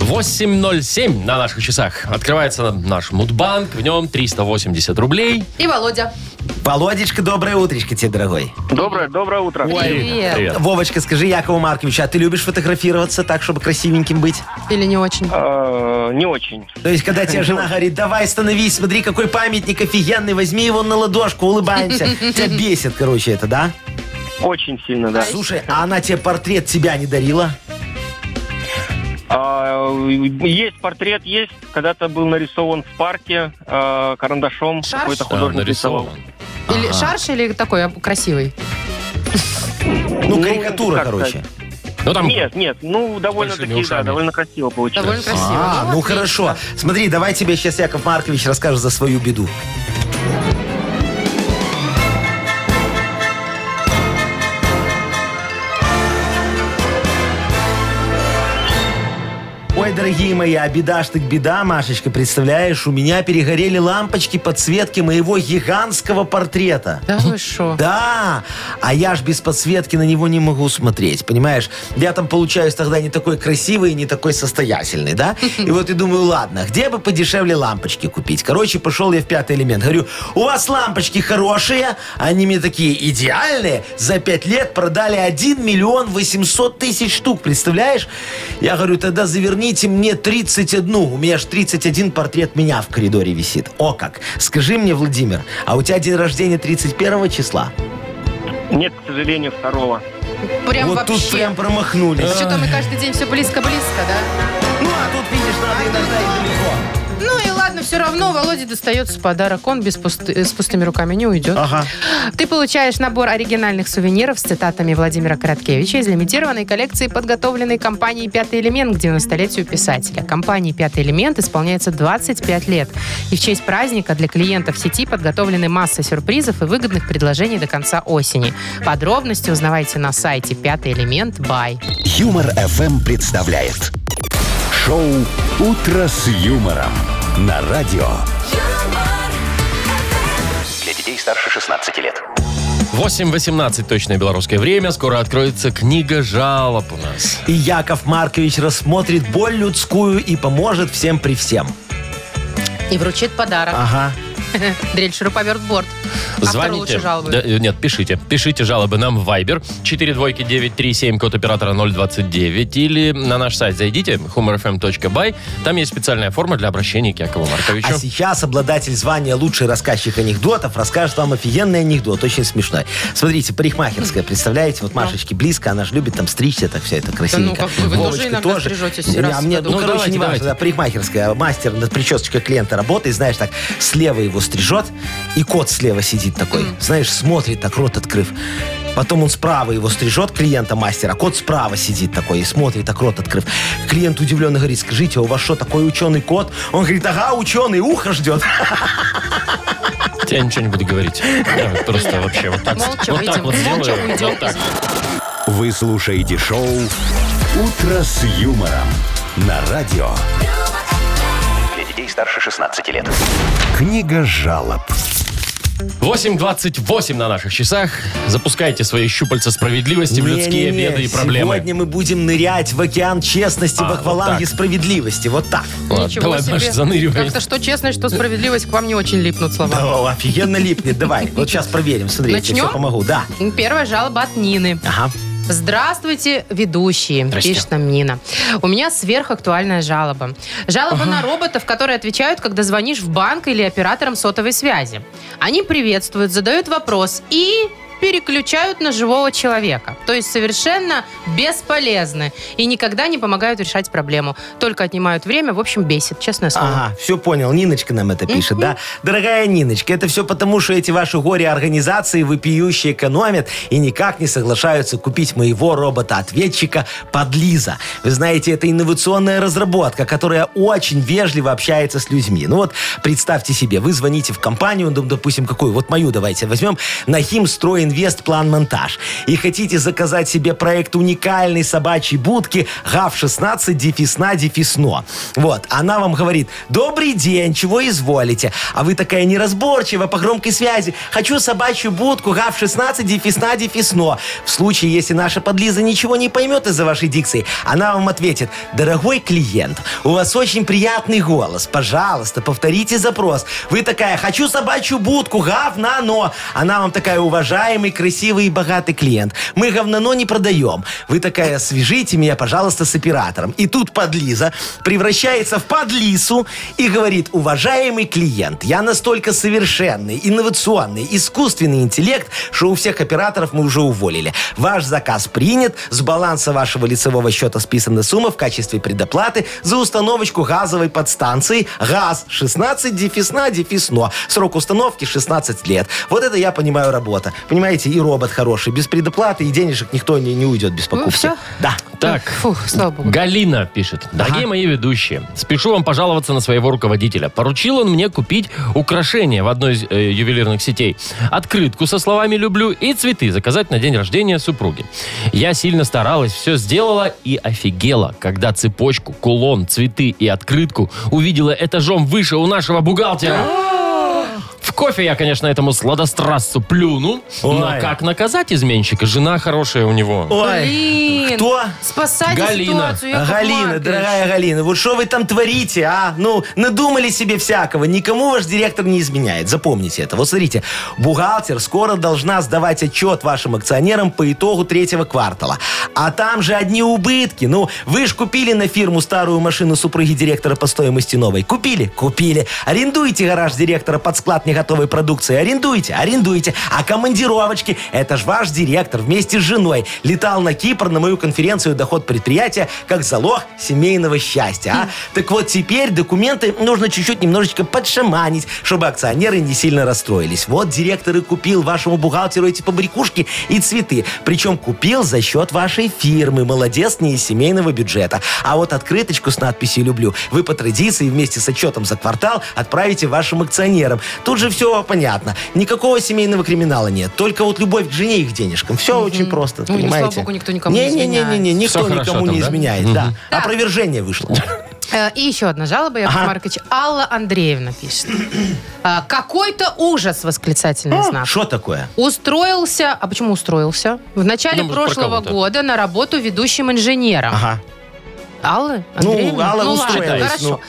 S2: 8.07 на наших часах. Открывается наш Мудбанк. В нем 380 рублей.
S3: И Володя.
S4: Володечка, доброе утречко тебе, дорогой.
S5: Доброе, доброе утро.
S3: Привет.
S2: Привет.
S4: Вовочка, скажи Якову Марковичу, а ты любишь фотографироваться так, чтобы красивеньким быть?
S3: Или не очень?
S5: Э, Не очень.
S4: То есть, когда тебе жена говорит, давай, становись, смотри, какой памятник офигенный, возьми его на ладошку, улыбаемся. Тебя бесит, короче, это, да?
S5: Очень сильно, да.
S4: Слушай, а она тебе портрет тебя не дарила?
S5: А, Есть портрет, есть. Когда-то был нарисован в парке а, карандашом.
S3: Шарш?
S5: Какой-то
S2: Да,
S5: художник рисовал.
S2: нарисован.
S3: Или шарш, или такой а, красивый?
S4: Ну, карикатура,
S5: как
S4: короче.
S2: Ну, там...
S5: Нет, нет, ну
S2: большими
S5: довольно-таки, да,
S2: ушами.
S5: довольно красиво получилось.
S3: Довольно красиво.
S4: А, ну
S3: отлично.
S4: хорошо. Смотри, давай тебе сейчас Яков Маркович расскажет за свою беду. Ой, дорогие мои, а беда ж так беда, Машечка, представляешь, у меня перегорели лампочки подсветки моего гигантского портрета.
S3: Да вы что?
S4: Да, а я ж без подсветки на него не могу смотреть, понимаешь? Я там получаюсь тогда не такой красивый и не такой состоятельный, да? И вот и думаю, ладно, где бы подешевле лампочки купить? Короче, пошел я в пятый элемент. Говорю, у вас лампочки хорошие, они мне такие идеальные. За пять лет продали 1 миллион 800 тысяч штук, представляешь? Я говорю, тогда заверните мне 31. У меня ж 31 портрет меня в коридоре висит. О как! Скажи мне, Владимир, а у тебя день рождения 31 числа?
S5: Нет, к сожалению, второго.
S3: Прям
S4: вот
S3: вообще.
S4: тут прям промахнулись.
S3: Что-то мы каждый день все близко-близко, да?
S4: Ну, а тут, видишь, надо иногда и далеко.
S3: Ну и ладно, все равно Володе достается подарок. Он без пусты- э, с пустыми руками не уйдет.
S4: Ага.
S3: Ты получаешь набор оригинальных сувениров с цитатами Владимира Короткевича из лимитированной коллекции, подготовленной компанией «Пятый элемент» к 90-летию писателя. Компании «Пятый элемент» исполняется 25 лет. И в честь праздника для клиентов сети подготовлены масса сюрпризов и выгодных предложений до конца осени. Подробности узнавайте на сайте «Пятый элемент. Бай».
S1: Юмор FM представляет шоу Утро с юмором на радио. Для детей старше 16 лет.
S2: 8.18 точное белорусское время. Скоро откроется книга жалоб у нас.
S4: И Яков Маркович рассмотрит боль людскую и поможет всем при всем.
S3: И вручит подарок.
S2: А.
S4: Ага.
S3: <laughs> Дрель шуруповерт борт. Автору лучше жалобы.
S2: Да, э, нет, пишите. Пишите жалобы нам в Viber 42937, код оператора 029. Или на наш сайт зайдите, humorfm.by. Там есть специальная форма для обращения к Якову Марковичу.
S4: А сейчас обладатель звания лучший рассказчик анекдотов расскажет вам офигенный анекдот, очень смешной. Смотрите, парикмахерская, представляете, вот Машечке близко, она же любит там стричься, так все это красивенько.
S3: Ну, как вы, вы тоже
S4: Вовочка
S3: иногда стрижетесь
S4: Не,
S3: раз
S4: а
S3: в
S4: мне,
S3: году.
S2: Ну,
S4: ну, короче,
S2: давайте,
S4: не важно,
S2: давайте.
S4: да, парикмахерская, мастер над причесочкой клиента работает, знаешь, так, слева его стрижет, и кот слева сидит такой, знаешь, смотрит так, рот открыв. Потом он справа его стрижет, клиента мастера. Кот справа сидит такой и смотрит, так рот открыв. Клиент удивленно говорит, скажите, а у вас что, такой ученый кот? Он говорит, ага, ученый, ухо ждет.
S2: Я ничего не буду говорить. Я вот просто вообще вот так,
S3: Молча
S2: вот, так
S3: выйдем,
S2: вот
S3: молча
S2: сделаю.
S3: уйдем.
S2: Вот так.
S1: Вы слушаете шоу Утро с юмором на радио. Для детей старше 16 лет. Книга жалоб.
S2: 8.28 на наших часах. Запускайте свои щупальца справедливости в людские
S4: Не-не-не,
S2: беды и проблемы.
S4: Сегодня мы будем нырять в океан честности,
S2: А,
S4: в
S2: вот
S4: акваланге
S2: так.
S4: справедливости. Вот так.
S2: Ладно,
S3: Ничего
S2: давай,
S3: себе.
S2: Маша, заныривай.
S3: Как-то что честность, что справедливость, к вам не очень липнут слова.
S4: Да, о, офигенно липнет. Давай, вот сейчас проверим. Смотри, я тебе
S3: Начнем?
S4: все помогу. Да.
S3: Первая жалоба от Нины.
S4: Ага.
S3: Здравствуйте, ведущие,
S2: Здрасте.
S3: пишет нам Нина. У меня сверхактуальная жалоба. Жалоба на роботов, которые отвечают, когда звонишь в банк или операторам сотовой связи. Они приветствуют, задают вопрос и переключают на живого человека. То есть совершенно бесполезны и никогда не помогают решать проблему. Только отнимают время, в общем, бесит, честное слово.
S4: Ага, все понял. Ниночка нам это пишет, да? Дорогая Ниночка, это все потому, что эти ваши горе-организации вопиющие экономят и никак не соглашаются купить моего робота-ответчика подлиза. Вы знаете, это инновационная разработка, которая очень вежливо общается с людьми. Ну вот представьте себе, вы звоните в компанию, ну, допустим, какую, вот мою давайте возьмем, Нахим Стройинвест План Монтаж. И хотите заказать себе проект уникальной собачьей будки ГАВ-16 дефисна дефисно. Вот, она вам говорит, добрый день, чего изволите? А вы такая неразборчива по громкой связи. Хочу собачью будку ГАВ-16 дефисна дефисно. В случае, если наша подлиза ничего не поймет из-за вашей дикции, она вам ответит, дорогой клиент, у вас очень приятный голос, пожалуйста, повторите запрос. Вы такая, хочу собачью будку, говнано. Она вам такая, уважаемый, красивый и богатый клиент. Мы говнано не продаем. Вы такая, свяжите меня, пожалуйста, с оператором. И тут подлиза превращается в подлису и говорит, уважаемый клиент, я настолько совершенный, инновационный, искусственный интеллект, что у всех операторов мы уже уволили. Ваш заказ принят, с баланса вашего лицевого счета списана сумма в качестве предоплаты за установочку газовой подстанции ГАЗ-16 дефисна дефисно. Срок установки 16 лет. Вот это я понимаю работа. понимаете, и робот хороший. Без предоплаты и денежек никто не, не уйдет без покупки.
S3: всё.
S4: Да.
S2: Так.
S3: Фу, слава богу.
S2: Галина пишет. Дорогие мои ведущие, спешу вам пожаловаться на своего руководителя. Поручил он мне купить украшения в одной из э, ювелирных сетей, открытку со словами «люблю» и цветы заказать на день рождения супруги. Я сильно старалась, все сделала и офигела, когда цепочку, кулон, цветы и открытку увидела этажом выше у нашего бухгалтера. В кофе я, конечно, этому сладострастцу плюну, но
S4: Ой.
S2: как наказать изменщика? Жена хорошая у него.
S3: Блин.
S4: Кто?
S3: Спасайте
S2: Галина.
S3: ситуацию, Яков
S4: Галина,
S3: Маркович.
S4: дорогая Галина, вот что вы там творите, а? Ну, надумали себе всякого. Никому ваш директор не изменяет. Запомните это. Вот смотрите, бухгалтер скоро должна сдавать отчет вашим акционерам по итогу третьего квартала. А там же одни убытки. Ну, вы ж купили на фирму старую машину супруги директора по стоимости новой. Купили? Купили. Арендуйте гараж директора под склад неготовой продукции. Арендуйте, арендуйте. А командировочки? Это ж ваш директор вместе с женой летал на Кипр на мою конференцию «Доход предприятия» как залог семейного счастья. а? Так вот теперь документы нужно чуть-чуть немножечко подшаманить, чтобы акционеры не сильно расстроились. Вот директор и купил вашему бухгалтеру эти побрякушки и цветы. Причем купил за счет вашей фирмы. Молодец, не из семейного бюджета. А вот открыточку с надписью «Люблю» вы по традиции вместе с отчетом за квартал отправите вашим акционерам. Тут же все понятно. Никакого семейного криминала нет. Только вот любовь к жене и к денежкам. Все очень просто,
S3: Ну, не,
S4: понимаете?
S3: слава богу, никто никому не изменяет.
S4: Не-не-не, никто
S2: Всё хорошо
S4: никому
S2: там,
S4: не
S2: да?
S4: изменяет,
S2: Мгм.
S4: да. Опровержение вышло.
S3: Э, И еще одна жалоба, Яков
S4: Ага.
S3: Маркович. Алла Андреевна
S2: <clears throat>
S3: пишет. А, Какой-то ужас, восклицательный знак.
S4: Что такое?
S3: Устроился, а почему устроился? В начале
S2: Ну, может, про
S3: прошлого
S2: кого-то.
S3: года на работу ведущим инженером.
S4: Ага.
S3: Аллы?
S4: Ну,
S3: Андреевны?
S4: Алла
S3: ладно,
S4: устроилась, ну.
S3: хорошо.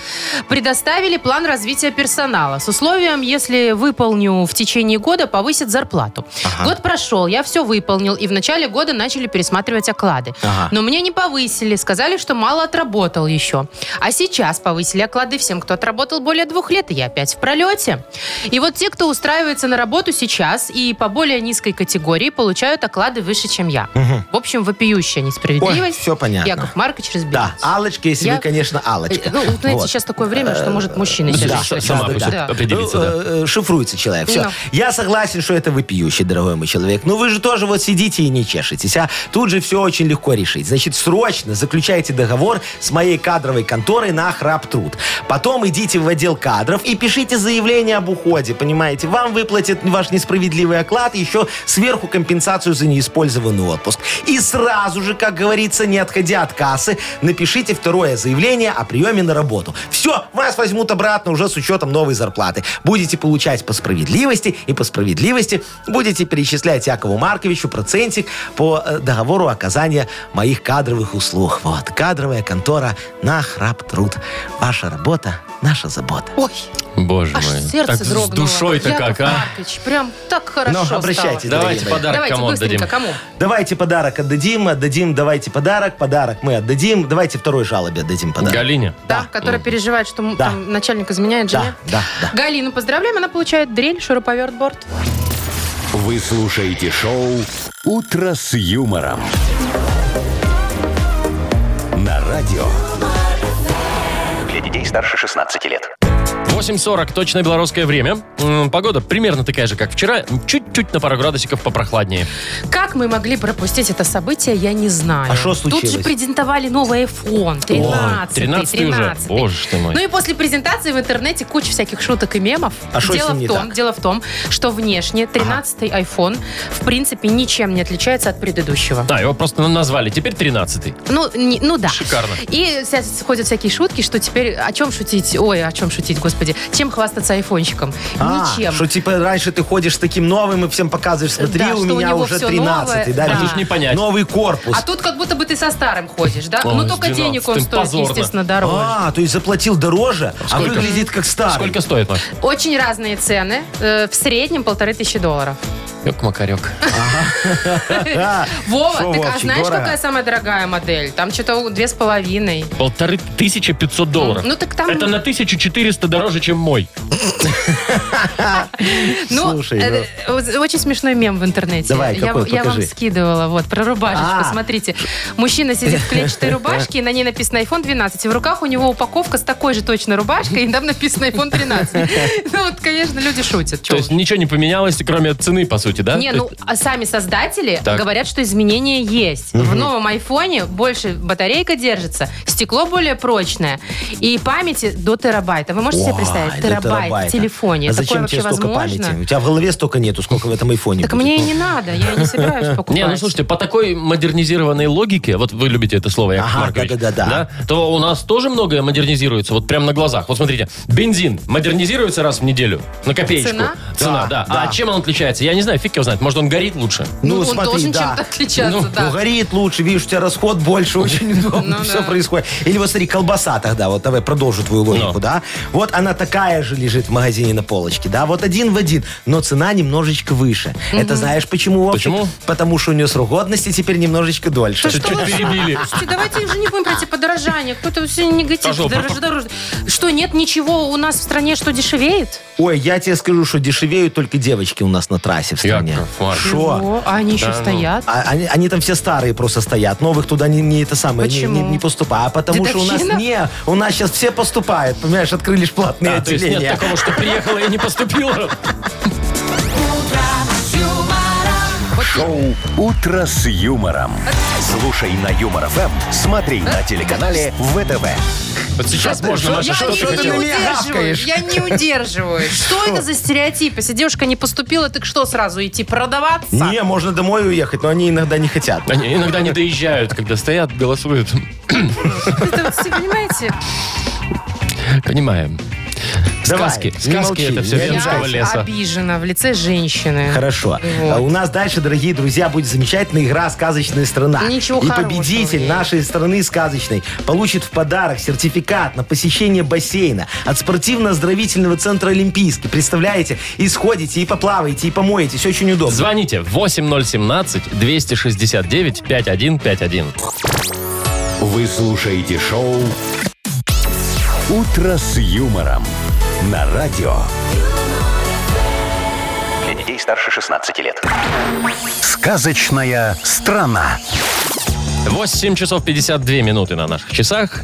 S3: Предоставили план развития персонала с условием, если выполню в течение года, повысит зарплату. Год прошел, я все выполнил, и в начале года начали пересматривать оклады.
S4: Ага.
S3: Но мне не повысили, сказали, что мало отработал еще. А сейчас повысили оклады всем, кто отработал более двух лет, и я опять в пролете. И вот те, кто устраивается на работу сейчас и по более низкой категории, получают оклады выше, чем я. В общем, вопиющая
S4: Ой,
S3: несправедливость.
S4: все понятно.
S3: Яков Маркович разберется.
S4: Да, Аллочка, если
S3: Я-
S4: вы, конечно, Аллочка.
S3: Э, Ну, вот знаете,
S4: Вот.
S3: сейчас такое время, что может мужчина
S2: Да,
S3: себе
S2: да,
S3: что-то
S2: Ну, сама
S3: сделать.
S2: пусть
S3: Да.
S2: определится,
S4: Ну,
S2: да.
S4: э, э, Шифруется человек. Все.
S3: Ну.
S4: Я согласен, что это вопиющий, дорогой мой человек. Но вы же тоже вот сидите и не чешетесь, а? Тут же все очень легко решить. Значит, срочно заключайте договор с моей кадровой конторой на храп-труд. Потом идите в отдел кадров и пишите заявление об уходе, понимаете? Вам выплатят ваш несправедливый оклад, еще сверху компенсацию за неиспользованный отпуск. И сразу же, как говорится, не отходя от кассы, напишите второе заявление о приеме на работу. Все, вас возьмут обратно уже с учетом новой зарплаты. Будете получать по справедливости и по справедливости будете перечислять Якову Марковичу процентик по э, договору оказания моих кадровых услуг. Вот, кадровая контора на храп труд. Ваша работа, наша забота.
S3: Ой,
S2: Боже
S3: аж
S2: мой.
S3: сердце
S2: так
S3: дрогнуло.
S2: с душой-то
S3: Яков
S2: как, а?
S3: Маркович, прям так хорошо
S4: Ну,
S3: стало.
S2: Давайте
S4: обращайтесь. дорогие мои.
S2: подарок
S3: Давайте
S2: кому отдадим.
S3: быстренько, кому?
S4: Давайте подарок отдадим, отдадим, давайте подарок, подарок мы отдадим. Давайте второй жалобе отдадим подарок.
S2: Галине.
S3: Да, которая переживает, что м,
S4: Да.
S3: там начальник изменяет
S4: Да,
S3: жене.
S4: да, да.
S3: Галину поздравляем, она получает дрель, шуруповерт, борт.
S1: Вы слушаете шоу «Утро с юмором». На радио.
S8: Для детей старше 16 лет.
S2: 8.40, точное белорусское время. М, Погода примерно такая же, как вчера. Чуть-чуть на пару градусиков попрохладнее.
S3: Как мы могли пропустить это событие, я не знаю.
S4: А что случилось?
S3: Тут же презентовали новый iPhone, 13
S2: 13 уже. Боже ты
S3: Ну
S2: мой.
S3: и после презентации в интернете куча всяких шуток и мемов.
S4: А шо с
S3: дело
S4: ним
S3: в
S4: не
S3: том,
S4: так?
S3: дело в том, что внешне 13-й iPhone в принципе ничем не отличается от предыдущего.
S2: Да, его просто на- назвали. Теперь 13
S3: Ну, не- ну да.
S2: Шикарно.
S3: И сейчас ходят всякие шутки, что теперь о чем шутить? Ой, о чем шутить, господи. Чем хвастаться айфончиком?
S4: А,
S3: Ничем.
S4: Что типа раньше ты ходишь с таким новым и всем показываешь, смотри,
S3: Да,
S4: у
S3: что у
S4: меня
S3: него
S4: уже
S3: всё
S4: 13
S3: новое, да. А
S2: тут не понять.
S4: Новый корпус.
S3: А тут как будто бы ты со старым ходишь, да?
S2: Ой,
S3: ну
S2: с
S3: только денег он
S2: 12-м
S3: стоит,
S2: позорно.
S3: естественно, дороже.
S4: А, то есть заплатил дороже, а
S2: Сколько?
S4: выглядит как старый. <laughs>
S2: Сколько стоит, Маш?
S3: Очень разные цены. Э, в среднем полторы тысячи долларов.
S2: Ёк макарек.
S4: А,
S3: <laughs> Вова,
S4: шо,
S3: ты а
S4: Вовчик,
S3: знаешь,
S4: дорого?
S3: какая самая дорогая модель? Там что-то две с половиной.
S2: Полторы тысячи пятьсот долларов.
S3: Ну, так там-
S2: Это на 1400 дороже, чем мой.
S3: Ну,
S4: Слушай,
S3: э, э, очень смешной мем в интернете.
S4: Давай,
S3: я,
S4: какой,
S3: я вам
S4: покажи.
S3: скидывала, вот, про рубашечку,
S4: А.
S3: смотрите. Мужчина сидит в клетчатой рубашке, и на ней написано iPhone 12. И в руках у него упаковка с такой же точно рубашкой, и там написано iPhone 13. <laughs> Ну, вот, конечно, люди шутят. чё
S2: То есть
S3: уж.
S2: ничего не поменялось, кроме цены, по сути. сути, да?
S3: Не,
S2: То
S3: ну
S2: есть-
S3: а сами создатели
S2: Так.
S3: говорят, что изменения есть. В новом айфоне больше батарейка держится, стекло более прочное и памяти до терабайта. Вы можете себе
S4: Ой,
S3: представить?
S4: до
S3: Терабайт в
S4: терабайта.
S3: телефоне.
S4: А
S3: Такое
S4: зачем
S3: вообще
S4: тебе столько
S3: возможно?
S4: памяти? У тебя в голове столько нету, сколько в этом айфоне.
S3: Так
S4: будет.
S3: мне и
S4: Ну,
S3: не надо, я не
S4: <laughs>
S3: собираюсь покупать.
S2: Не, ну слушайте, по такой модернизированной логике, вот вы любите это слово, Яков
S4: Ага,
S2: Маркович,
S4: да-да-да.
S2: то у нас тоже многое модернизируется, вот прям на глазах. Вот смотрите, бензин модернизируется раз в неделю, на копеечку.
S3: Цена?
S2: Цена, да.
S4: Да,
S2: А
S4: да.
S2: чем он отличается? Я не знаю, фиг его знает, может он горит лучше.
S3: Ну, он
S4: смотри,
S3: должен
S4: да.
S3: чем-то отличаться,
S4: Ну,
S3: да.
S4: ну, горит лучше, видишь, у тебя расход больше, очень удобно
S3: Ну
S4: все
S3: да.
S4: происходит. Или вот смотри, колбаса тогда, вот давай продолжу твою
S2: Ну.
S4: логику, да? Вот она такая же лежит в магазине на полочке, да? Вот один в один, но цена немножечко выше. Это знаешь почему, Вовчик?
S2: Почему?
S4: Потому что у нее срок годности теперь немножечко дольше.
S3: Что
S2: Чуть-чуть
S3: вы-
S4: <laughs>
S2: перебили.
S3: <laughs> Слушайте, давайте уже не будем про эти подорожания. Какой-то все негатив.
S2: Пошел,
S3: дороже,
S2: пошел.
S3: дороже. Что, нет ничего у нас в стране, что дешевеет?
S4: Ой, я тебе скажу, что дешевеют только девочки у нас на трассе в стране.
S2: Яков Маркович.
S4: Шо?
S3: Чего? А они еще стоят?
S4: А они, они там все старые просто стоят. Новых туда не, не это самое, не,
S3: Почему?
S4: не- не поступают. А потому что у нас
S3: Дедовщина?
S4: не, у нас сейчас все поступают. Понимаешь, открыли ж платные
S2: А, то есть нет
S4: отделения.
S2: такого, что приехала и не поступила.
S1: Шоу «Утро с юмором». Слушай на Юмор ФМ, смотри на телеканале ВТВ.
S2: Вот сейчас можно, Маша,
S3: я
S2: что
S3: не
S2: ты хотела?
S4: меня
S3: удерживаю,
S4: гавкаешь?
S3: я не удерживаю. Что это за стереотип? Если девушка не поступила, так что, сразу идти продаваться?
S4: Не, можно домой уехать, но они иногда не хотят.
S2: Они иногда не доезжают, когда стоят, голосуют.
S3: Это вот все, понимаете?
S2: Понимаем.
S4: Давай,
S2: Сказки.
S4: не
S2: Сказки
S4: молчи,
S2: это все
S4: не
S2: Ленского
S4: обижайся.
S3: Я
S2: леса.
S3: обижена в лице женщины.
S4: Хорошо.
S3: Вот.
S4: А У нас дальше, дорогие друзья, будет замечательная игра «Сказочная страна».
S3: Ничего
S4: И
S3: хорошего
S4: победитель
S3: ей.
S4: нашей страны сказочной получит в подарок сертификат на посещение бассейна от спортивно-оздоровительного центра «Олимпийский». Представляете? И сходите, и поплаваете, и помоетесь. Очень удобно.
S2: Звоните 8017-269-5151.
S1: Вы слушаете шоу «Утро с юмором» на радио.
S8: Для детей старше 16 лет.
S1: Сказочная страна.
S2: 8 часов 52 минуты на наших часах.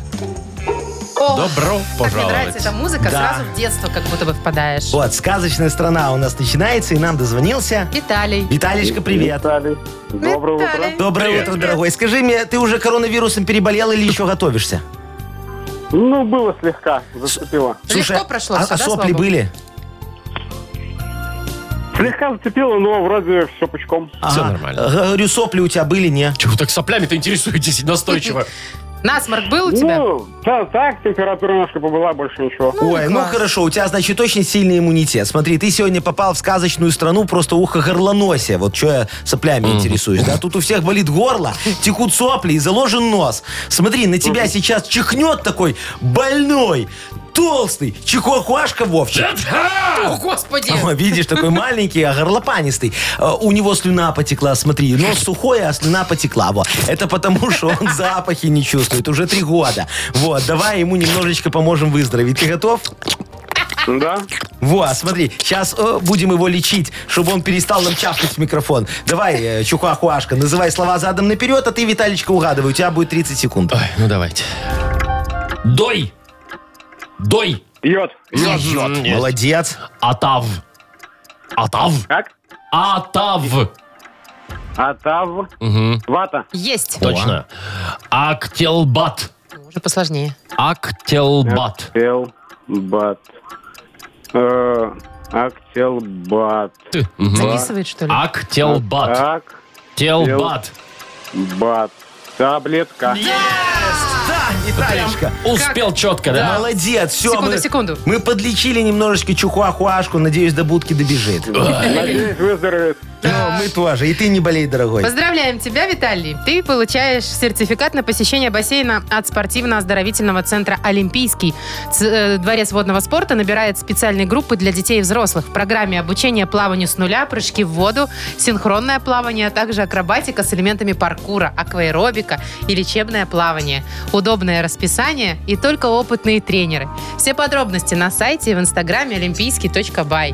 S3: О,
S2: Добро
S3: Как мне
S2: пожаловать.
S3: нравится эта музыка,
S4: Да.
S3: сразу в детство как будто бы впадаешь.
S4: Вот, «Сказочная страна» у нас начинается, и нам дозвонился...
S3: Виталий.
S4: Виталичка, привет.
S6: Виталий, доброе
S3: Виталий.
S6: утро.
S4: Доброе
S2: Привет.
S4: утро, дорогой. Скажи мне, ты уже коронавирусом переболел или еще готовишься?
S6: Ну, было слегка, зацепило.
S3: Легко прошло
S4: а,
S3: всё,
S4: а
S3: да,
S4: сопли
S3: слава богу?
S4: были?
S6: Слегка зацепило, но вроде все пучком.
S2: Всё
S4: Ага.
S2: нормально.
S4: Говорю, сопли у тебя были, не?
S2: Чего вы так соплями-то интересуетесь настойчиво?
S3: Насморк был у тебя?
S6: Ну, да, так, температура немножко побыла, больше ничего.
S4: Ой, ну
S3: класс.
S4: хорошо, у тебя, значит, очень сильный иммунитет. Смотри, ты сегодня попал в сказочную страну просто ухо-горлоносия. Вот что я соплями интересуюсь, да? Тут у всех болит горло, текут сопли и заложен нос. Смотри, на тебя сейчас чихнет такой больной, толстый, чихуахуашка Вовчик.
S3: О,
S4: <laughs>
S3: господи.
S4: О, видишь, такой маленький, а горлопанистый. Э, У него слюна потекла, смотри. Нос сухой, а слюна потекла. Во. Это потому, что он <laughs> запахи не чувствует. Уже три года. Вот, давай ему немножечко поможем выздороветь. Ты готов?
S3: Ну.
S6: Да?
S4: Вот, смотри, сейчас будем его лечить, чтобы он перестал нам чавкать в микрофон. Давай, э, чухуахуашка, называй слова задом наперед, а ты, Виталичка, угадывай. У тебя будет 30 секунд.
S2: Ой, ну давайте. Дой. Дой.
S6: Йод.
S2: Нет.
S4: Молодец.
S2: Атав. Атав.
S6: Как?
S2: Атав.
S6: Атав. Вата.
S3: Есть.
S2: Точно. Актелбат.
S3: Уже посложнее.
S2: Актелбат.
S6: Актелбат. Э, Актелбат.
S2: Ты. Мгм.
S3: Записывает, что
S2: А,
S3: ли?
S2: Актелбат. Телбат.
S6: Актелбат. Таблетка.
S4: Да, Виталичка.
S2: Успел четко, да?
S4: Молодец, все.
S3: Секунду,
S4: мы,
S3: секунду.
S4: Мы подлечили немножечко чухуахуашку, надеюсь, до будки добежит.
S6: Надеюсь, выздоровеет.
S4: Ну, мы тоже. И ты не болей, дорогой.
S3: Поздравляем тебя, Виталий. Ты получаешь сертификат на посещение бассейна от спортивно-оздоровительного центра «Олимпийский». Ц- э, Дворец водного спорта набирает специальные группы для детей и взрослых. В программе обучение плаванию с нуля, прыжки в воду, синхронное плавание, а также акробатика с элементами паркура, акваэробика и лечебное плавание. Удобное расписание и только опытные тренеры. Все подробности на сайте и в инстаграме олимпийский.бай.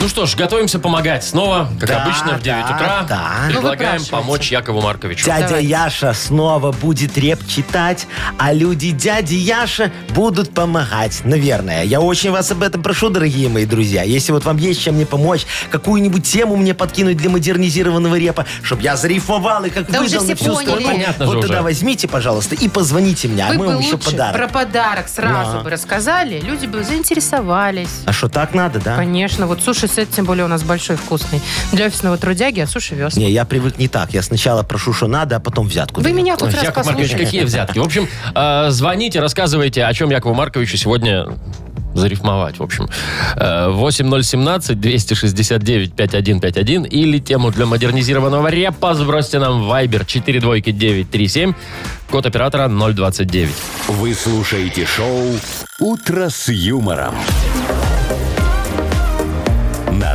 S2: Ну что ж, готовимся помогать. Снова, как
S4: Да,
S2: обычно, в 9
S4: да,
S2: утра
S4: да.
S2: предлагаем
S3: Ну, выпрашивайте.
S2: помочь Якову Марковичу.
S4: Дядя
S3: Давайте.
S4: Яша снова будет реп читать, а люди дяди Яша будут помогать. Наверное. Я очень вас об этом прошу, дорогие мои друзья. Если вот вам есть чем мне помочь, какую-нибудь тему мне подкинуть для модернизированного репа, чтобы я зарифовал и как
S3: Да уже все
S4: выдал на всю
S3: поняли.
S4: страну.
S2: Понятно же
S4: вот тогда
S2: уже.
S4: возьмите, пожалуйста, и позвоните мне, а
S3: Вы
S4: мы
S3: бы
S4: вам еще
S3: лучше
S4: подарок.
S3: про подарок сразу
S4: Да.
S3: бы рассказали, люди бы заинтересовались.
S4: А что, так надо, да?
S3: Конечно, вот суши-сет, тем более у нас большой, вкусный. Для офисного трудяги, а суши вез.
S4: Не, я привык не так. Я сначала прошу, что надо, а потом взятку.
S3: Вы
S4: даю.
S3: меня хоть раз
S2: Яков Маркович,
S3: послушайте.
S2: какие взятки? В общем, э, звоните, рассказывайте, о чем Якову Марковичу сегодня зарифмовать, в общем. Э, 8017-269-5151 или тему для модернизированного репа сбросьте нам в Viber 42937, код оператора 029.
S1: Вы слушаете шоу «Утро с юмором». На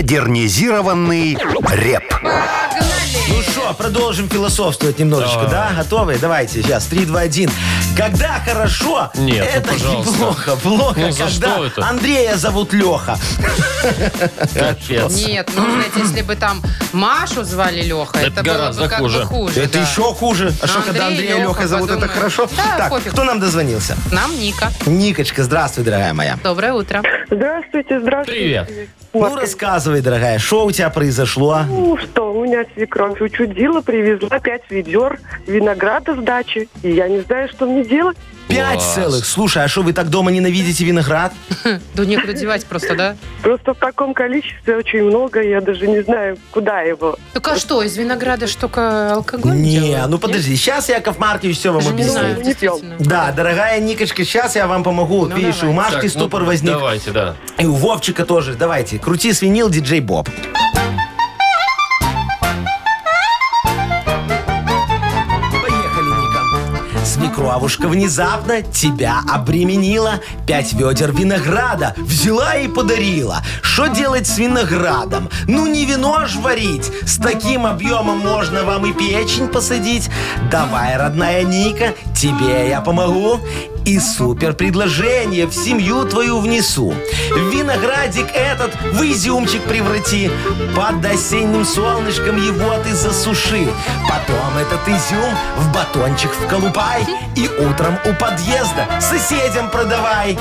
S1: «Модернизированный реп».
S4: Ну что, продолжим философствовать немножечко, да? Готовы? Давайте, сейчас, 3, 2, 1. Когда хорошо,
S2: Нет, ну,
S4: это
S2: пожалуйста.
S4: плохо, плохо.
S2: Ну, за
S4: когда
S2: что это?
S4: Андрея зовут Леха.
S2: Капец.
S3: Нет, ну, знаете, если бы там Машу звали Леха,
S2: Это
S3: это, было
S2: гораздо
S3: бы как
S2: хуже.
S3: бы хуже.
S4: Это
S3: да.
S4: еще хуже. А что,
S3: Андрей,
S4: когда Андрея
S3: Леха,
S4: Леха зовут, это
S3: подумаешь.
S4: хорошо?
S3: Да,
S4: Так,
S3: пофиг.
S4: кто нам дозвонился?
S3: Нам Ника.
S4: Никочка, здравствуй, дорогая моя.
S3: Доброе утро.
S9: Здравствуйте, здравствуйте.
S2: Привет.
S4: Ну, рассказывай, дорогая, что у тебя произошло?
S9: Ну что, у меня свекровь учудила, привезла пять ведер винограда с дачи. И я не знаю, что мне делать.
S4: Пять
S2: Класс.
S4: целых. Слушай, а что, вы так дома ненавидите виноград?
S3: Да некуда девать просто, да?
S9: Просто в таком количестве очень много, я даже не знаю, куда его.
S3: Так а что, из винограда ж только алкоголь
S4: Не,
S3: делают?
S4: ну подожди, сейчас Яков Маркович все вам
S3: Даже не
S4: объяснит.
S3: знаю,
S9: Не пьем.
S3: действительно.
S4: Да, дорогая Никочка, сейчас я вам помогу.
S3: Ну,
S4: Видишь, и у
S3: давай.
S4: Машки
S2: Так, ну,
S4: ступор возник.
S2: Давайте, да.
S4: И у Вовчика тоже. Давайте, крути свинил, диджей Боб. Поехали, Ника. Свекровушка внезапно тебя обременила. Пять ведер винограда взяла и подарила. Что делать с виноградом? Ну не вино ж варить. С таким объемом можно вам и печень посадить. Давай, родная Ника, тебе я помогу. И супер предложение в семью твою внесу. Виноградик этот в изюмчик преврати. Под осенним солнышком его ты засуши. Потом этот изюм в батончик вколупай. И утром у подъезда соседям продавай.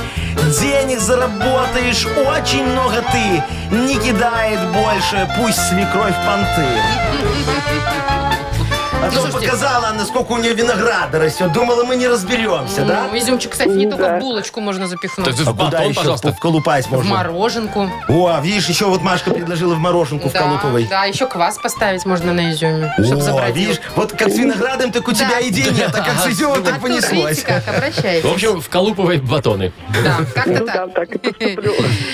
S4: Денег заработаешь очень много ты. Не кидает больше, пусть свекровь понты. А то
S3: Слушайте.
S4: показала она, сколько у нее винограда растет. Думала, мы не разберемся, да?
S3: Ну, изюмчик, кстати, не
S9: Ну,
S3: только
S9: да.
S3: в булочку можно запихнуть.
S2: Так,
S4: А куда
S2: батон,
S4: еще
S2: пожалуйста.
S4: вколупать
S3: В
S4: можно?
S3: мороженку.
S4: О, а видишь, еще вот Машка предложила в мороженку в
S3: Да,
S4: вколупывай.
S3: да, еще квас поставить можно на изюме, чтобы
S4: О,
S3: забрать его.
S4: видишь, вот как с виноградом, так у тебя идей нет, а как с изюмом, так
S3: А тут,
S4: понеслось.
S3: видите, как,
S2: В
S3: обращайтесь.
S2: общем, вколупывай батоны.
S4: <laughs>
S3: Да, как-то
S9: Ну да,
S3: так.
S9: так и поступлю.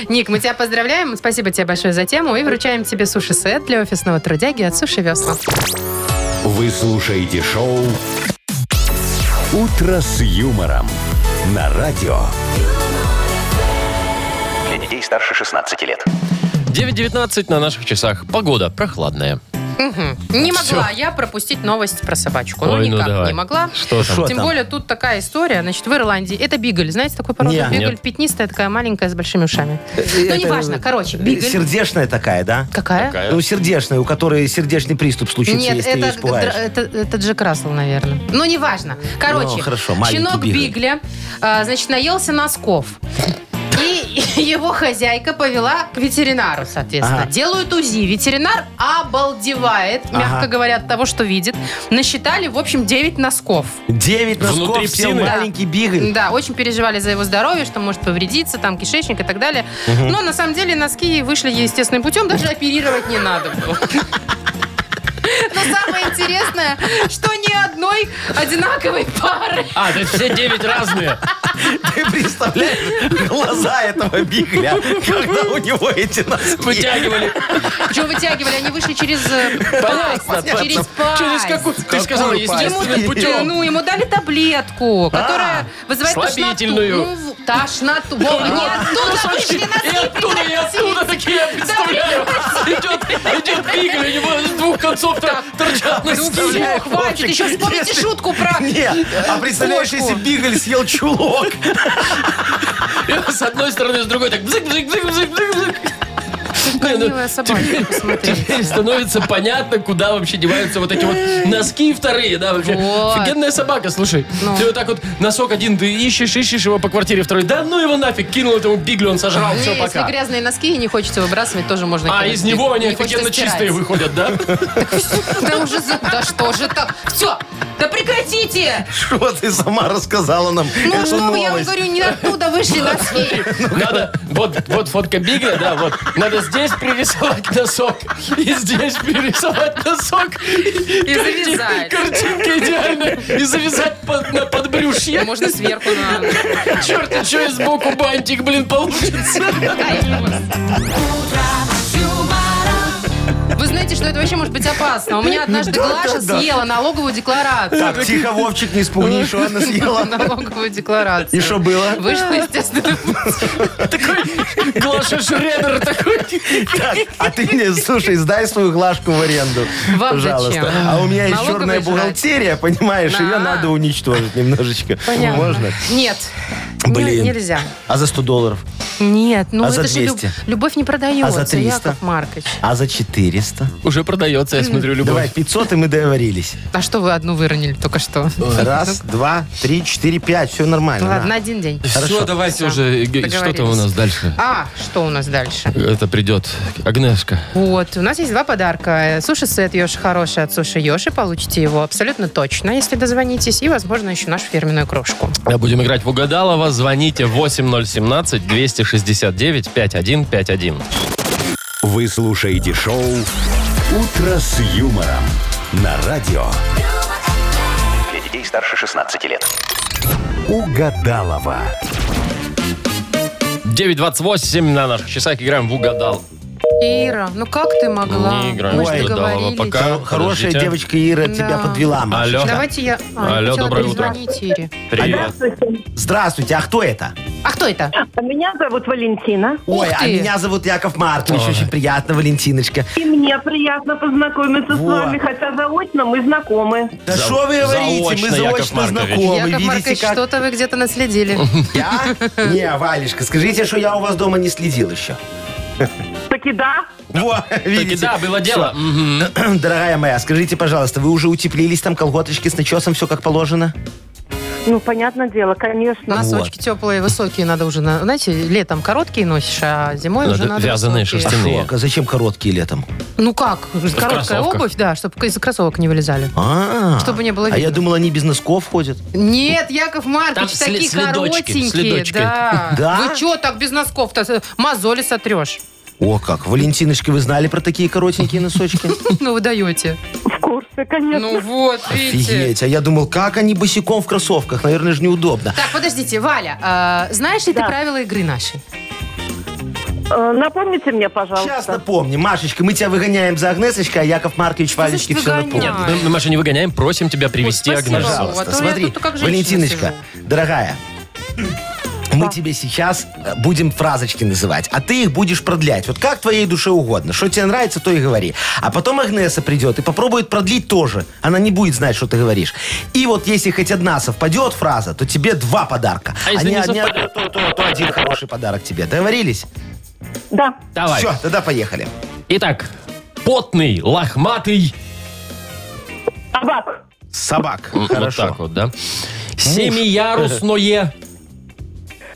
S3: Ник, мы тебя поздравляем. Спасибо тебе большое за тему. И вручаем тебе суши-сет для офисного трудяги от Суши Весла.
S1: Вы слушаете шоу «Утро с юмором» на радио.
S8: Для детей старше 16 лет.
S2: 9.19 на наших часах. Погода прохладная.
S3: Не могла я пропустить новость про собачку. Ну,
S2: Ой, ну
S3: никак
S2: давай.
S3: не могла.
S2: Что там?
S4: Шо
S3: Тем
S4: там?
S3: более тут такая история. Значит, в Ирландии это бигль. Знаете такой породу?
S4: Не.
S3: бигль
S2: Нет.
S3: пятнистая, такая маленькая, с большими ушами.
S4: Э,
S3: Ну,
S4: это-
S3: неважно. Короче, бигль.
S4: Сердечная такая, да?
S3: Какая?
S2: Какая?
S4: Ну, сердечная, у которой сердечный приступ случится,
S3: Нет,
S4: если ее
S3: это,
S4: испугаешь.
S3: др- это, это Джек Рассел, наверное. Ну, неважно. Короче,
S4: Ну, хорошо, маленький
S3: щенок
S4: бигль.
S3: Бигля, а, значит, наелся носков. И <laughs> его хозяйка повела к ветеринару, соответственно.
S4: Ага.
S3: Делают УЗИ. Ветеринар обалдевает, мягко
S4: Ага.
S3: говоря, от того, что видит. Насчитали, в общем, 9 носков.
S4: Девять носков,
S2: Внутри
S4: все
S2: псины?
S4: маленький бигль.
S3: Да, очень переживали за его здоровье, что может повредиться, там, кишечник и так далее. Но на самом деле носки вышли естественным путем, даже оперировать не надо было. самое интересное, что ни одной одинаковой пары.
S2: А, то есть все девять разные.
S4: Ты представляешь глаза этого бигля, когда у него эти носки.
S2: Вытягивали.
S3: Причем вытягивали, они вышли через э, пасть. Через пасть.
S2: Через какую? Ты
S4: Какую
S2: сказала,
S4: пасть?
S2: естественным
S3: Ему, э,
S2: путем.
S3: ну, ему дали таблетку, которая вызывает
S2: А, слабительную. Ну,
S3: тошноту. Ну, в- тошноту. Вова, не оттуда вышли
S2: И
S3: носки,
S2: оттуда, и оттуда такие, я представляю. Идет, идет бигль, у него с двух концов тор- торчат
S3: Ну
S2: носки.
S3: все, хватит, еще вспомните
S4: Если-
S3: шутку про...
S4: Нет, а представляешь,
S3: Кошку.
S4: если Бигль съел чулок?
S2: И С одной стороны, с другой так бзык, бзык, бзык, бзык, бзык, бзык. Не, ну,
S3: Милая собака, посмотри.
S2: Теперь становится понятно, куда вообще деваются вот эти вот носки вторые, да, вообще.
S3: Вот. Ну.
S2: Офигенная собака, слушай. Ты вот так вот носок один ты ищешь, ищешь его по квартире второй. Да ну его нафиг, кинул этому биглю, он сожрал,
S3: Ну,
S2: все,
S3: Если
S2: пока.
S3: грязные носки и не хочется выбрасывать, тоже можно
S2: А
S3: кинуть.
S2: из него они
S3: Не хочется
S2: офигенно
S3: стирать.
S2: чистые выходят,
S3: <laughs>
S2: да?
S3: Да уже за- Да что же так? Все, да прекратите!
S4: Что ты сама рассказала нам
S3: Ну
S4: эту
S3: что вы, я вам
S4: новость?
S3: говорю, не оттуда вышли носки.
S2: Надо, вот, вот фотка Бигля, да, вот. Надо здесь пририсовать носок, и здесь пририсовать носок. И
S3: завязать.
S2: Картинка идеальная. И завязать под, на подбрюшье.
S3: Можно сверху на...
S2: Черт, еще и сбоку бантик, блин, получится.
S3: Вы знаете, что это вообще может быть опасно. У меня однажды Глаша съела налоговую декларацию.
S4: Так, тихо, Вовчик, не спугни, что она съела.
S3: Налоговую декларацию.
S4: И что было?
S3: Вышла, естественно,
S2: Глаша Шредер такой.
S4: Так, а ты мне, слушай, сдай свою глажку в аренду,
S3: Вам
S4: пожалуйста.
S3: зачем?
S4: А у меня есть
S3: Налоговая
S4: черная
S3: жрать.
S4: бухгалтерия, понимаешь, ее
S3: Да.
S4: надо уничтожить немножечко.
S3: А. Понятно.
S4: Можно?
S3: Нет.
S4: Блин.
S3: Не- нельзя.
S4: А за 100 долларов?
S3: Нет, ну
S4: А
S3: это
S4: за
S3: же люб-
S4: 200?
S3: любовь не продается,
S4: А за 300?
S3: Яков Маркович.
S4: А за 400?
S2: Уже продается, я смотрю,
S4: Давай,
S2: любовь.
S4: 500, и мы договорились.
S3: А что вы одну выронили только что?
S2: Э,
S3: Ну
S4: Раз, два, три, четыре, пять. Все нормально.
S3: Ладно, на
S4: на.
S3: один день.
S2: Все, давайте уже. э, Что там у
S3: Договорились.
S2: нас дальше?
S3: А, что у нас дальше?
S2: Это придет Агнешка.
S3: Вот, у нас есть два подарка. Суши-сет Йоши хороший от Суши Йоши. Получите его абсолютно точно, если дозвонитесь. И, возможно, еще нашу фирменную кружку.
S2: Да, Будем играть в Угадалова. Звоните 8017-269-5151.
S1: Вы слушаете шоу «Утро с юмором» на радио
S8: Для детей старше 16 лет.
S1: Угадалова.
S2: 9.28 на наших часах играем в Угадал.
S3: Ира, ну как ты могла?
S2: Не играем
S3: Мы
S2: в
S3: же
S2: Угадалова
S3: договорились.
S2: пока.
S4: Э, Хорошая
S2: Подождите.
S4: девочка Ира тебя
S3: Да.
S4: подвела, Маша.
S2: Алло.
S3: Давайте я... А, я
S2: Алло,
S3: хотела
S2: доброе утро.
S3: перезвонить Ире.
S2: Привет.
S4: Здравствуйте, а кто это?
S3: А кто это?
S7: <laughs> Меня зовут Валентина.
S4: Ой,
S3: Ух
S4: а
S3: ты.
S4: меня зовут Яков Маркович. Очень приятно, Валентиночка.
S7: И мне приятно познакомиться
S4: Во.
S7: с вами, хотя заочно мы знакомы.
S4: Да
S2: За-
S4: что вы говорите, мы
S2: заочно, Яков
S4: заочно
S2: Маркович.
S4: знакомы.
S3: Яков
S4: Видите,
S3: Маркович,
S4: как...
S3: что-то вы где-то наследили.
S4: Я? <laughs> Не, Валечка, скажите, что я у вас дома не следил еще.
S7: Таки да,
S4: Во,
S2: Таки
S4: видите?
S2: да, было дело. Мгм.
S4: Дорогая моя, скажите, пожалуйста, вы уже утеплились там, колготочки с начесом, все как положено?
S7: ну понятное дело, конечно.
S3: Носочки теплые, высокие надо уже... на- Знаете, летом короткие носишь, а зимой уже
S2: Надо
S3: надо
S2: вязаные
S3: высокие.
S2: шерстяные. Стяные.
S4: Шок, а зачем короткие летом?
S3: Ну как? Короткая
S2: кроссовках.
S3: обувь, да, чтобы из кроссовок не вылезали.
S4: А,
S3: Чтобы не было
S4: А я
S3: видно.
S4: думал, они без носков ходят.
S3: Нет, Яков
S2: Там
S3: Маркович,
S2: сли-
S3: такие
S2: следочки,
S3: коротенькие.
S2: следочки.
S3: Да.
S4: Да?
S3: Вы чего так без носков-то? Мозоли сотрешь.
S4: О, как. Валентиночка, вы знали про такие коротенькие носочки?
S3: <laughs> Ну, вы даете.
S7: В курсе, конечно.
S3: Ну вот, <laughs> видите.
S4: Офигеть. А я думал, как они босиком в кроссовках? Наверное же неудобно.
S3: Так, подождите, Валя, а, знаешь ли ты
S7: Да.
S3: правила игры нашей? Ну.
S7: Э, Напомните мне,
S4: Сейчас
S7: пожалуйста.
S4: напомни, Машечка, мы тебя выгоняем за Агнесочкой, а Яков Маркович
S3: за
S4: Валечке
S3: что
S4: все
S3: выгоняем?
S4: напомнит.
S3: Ай.
S2: Мы, мы, Маша, не выгоняем, просим тебя привести
S3: Ой, спасибо.
S2: Агнесу.
S3: Пожалуйста, а то я
S4: смотри,
S3: тут как женщина
S4: Валентиночка, дорогая, мы тебе сейчас э, будем фразочки называть, а ты их будешь продлять. Вот как твоей душе угодно. Что тебе нравится, то и говори. А потом Агнеса придет и попробует продлить тоже. Она не будет знать, что ты говоришь. И вот если хоть одна совпадет фраза, то тебе два подарка.
S2: А если
S4: не
S2: не
S4: одня- то, то- то один хороший подарок тебе. Договорились?
S7: Да.
S2: Давай.
S4: Все, тогда поехали.
S2: Итак, потный, лохматый.
S7: А Табак.
S4: Собак.
S2: Вот
S4: Хорошо. Ну,
S2: так вот, да.
S4: <laughs>
S2: Семиярусное.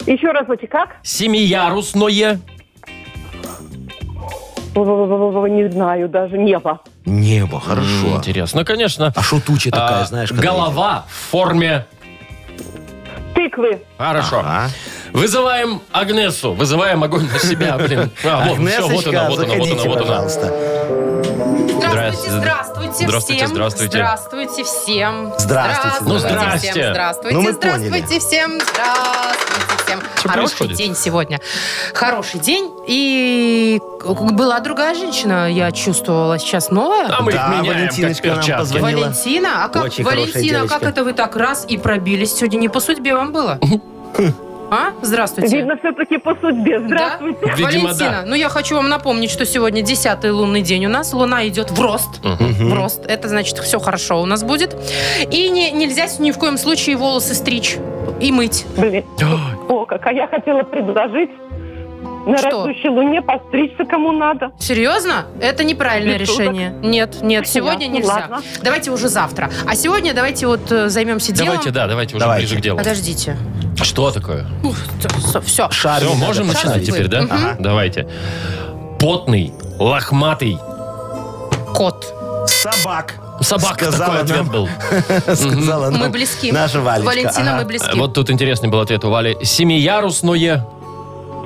S7: Еще разочек, как?
S2: Семиярусное.
S7: Бу-бу-бу-бу-бу, Не знаю даже, небо.
S4: Небо, хорошо.
S2: Интересно, конечно.
S4: А что туча такая,
S2: А,
S4: знаешь? когда-
S2: голова в форме.
S7: Тыквы.
S2: Хорошо.
S4: Ага.
S2: Вызываем Агнесу. Вызываем огонь на себя,
S4: <laughs>
S2: блин. А, вот, всё, вот
S4: Агнесочка,
S2: она, вот она, вот
S4: заходите,
S2: она, вот она.
S4: пожалуйста.
S2: Здрасте.
S3: Здравствуйте, здравствуйте,
S2: Здравствуйте,
S3: всем.
S2: здравствуйте.
S3: Здравствуйте всем.
S4: Здравствуйте,
S2: Ну,
S3: здравствуйте.
S2: здрасте.
S3: всем, Здравствуйте,
S4: Ну, мы
S3: здравствуйте
S4: поняли.
S3: всем. Здравствуйте всем.
S2: Что
S3: Хороший
S2: происходит?
S3: день сегодня. Хороший день. И была другая женщина, я чувствовала. Сейчас новая.
S2: А мы их
S4: Да,
S2: меняем, как
S4: Валентиночка нам
S2: перчатки.
S4: позвонила.
S3: Валентина? А как,
S4: Очень хорошая
S3: Валентина, как
S4: девочка.
S3: это вы так раз и пробились сегодня? Не по судьбе вам было?
S4: Хм.
S3: А? Здравствуйте.
S7: Видно, все-таки по судьбе. Здравствуйте.
S3: Да?
S2: Видимо,
S3: Валентина,
S2: да.
S3: ну я хочу вам напомнить, что сегодня 10 лунный день у нас. Луна идет в рост. В рост. Это значит, все хорошо у нас будет. И не, нельзя ни в коем случае волосы стричь и мыть.
S7: Блин, о, как. А я хотела предложить на
S3: Что?
S7: растущей луне постричься кому надо.
S3: Серьезно? Это неправильное
S7: Без шуток.
S3: решение. Нет, нет, сегодня
S7: Ясно,
S3: нельзя.
S7: ладно.
S3: Давайте уже завтра. А сегодня давайте вот э, займемся
S2: Давайте,
S3: делом.
S2: да, давайте уже
S4: Давайте.
S2: ближе к делу.
S3: Подождите.
S2: Что такое?
S3: Все.
S4: Шар
S2: Все,
S4: не надо
S2: можем начинать
S4: поставить.
S2: теперь, да?
S3: Мгм.
S2: Ага. Давайте. Потный, лохматый.
S3: Кот.
S4: Собак.
S2: Собака такой
S4: Сказала
S2: ответ
S4: нам.
S2: был.
S4: <laughs> Сказала
S3: Мы
S2: Ну,
S4: нам
S3: близки.
S4: Наша Валечка.
S3: Валентина,
S4: Ага.
S3: мы близки.
S2: Вот тут интересный был ответ у Вали. Семиярусное.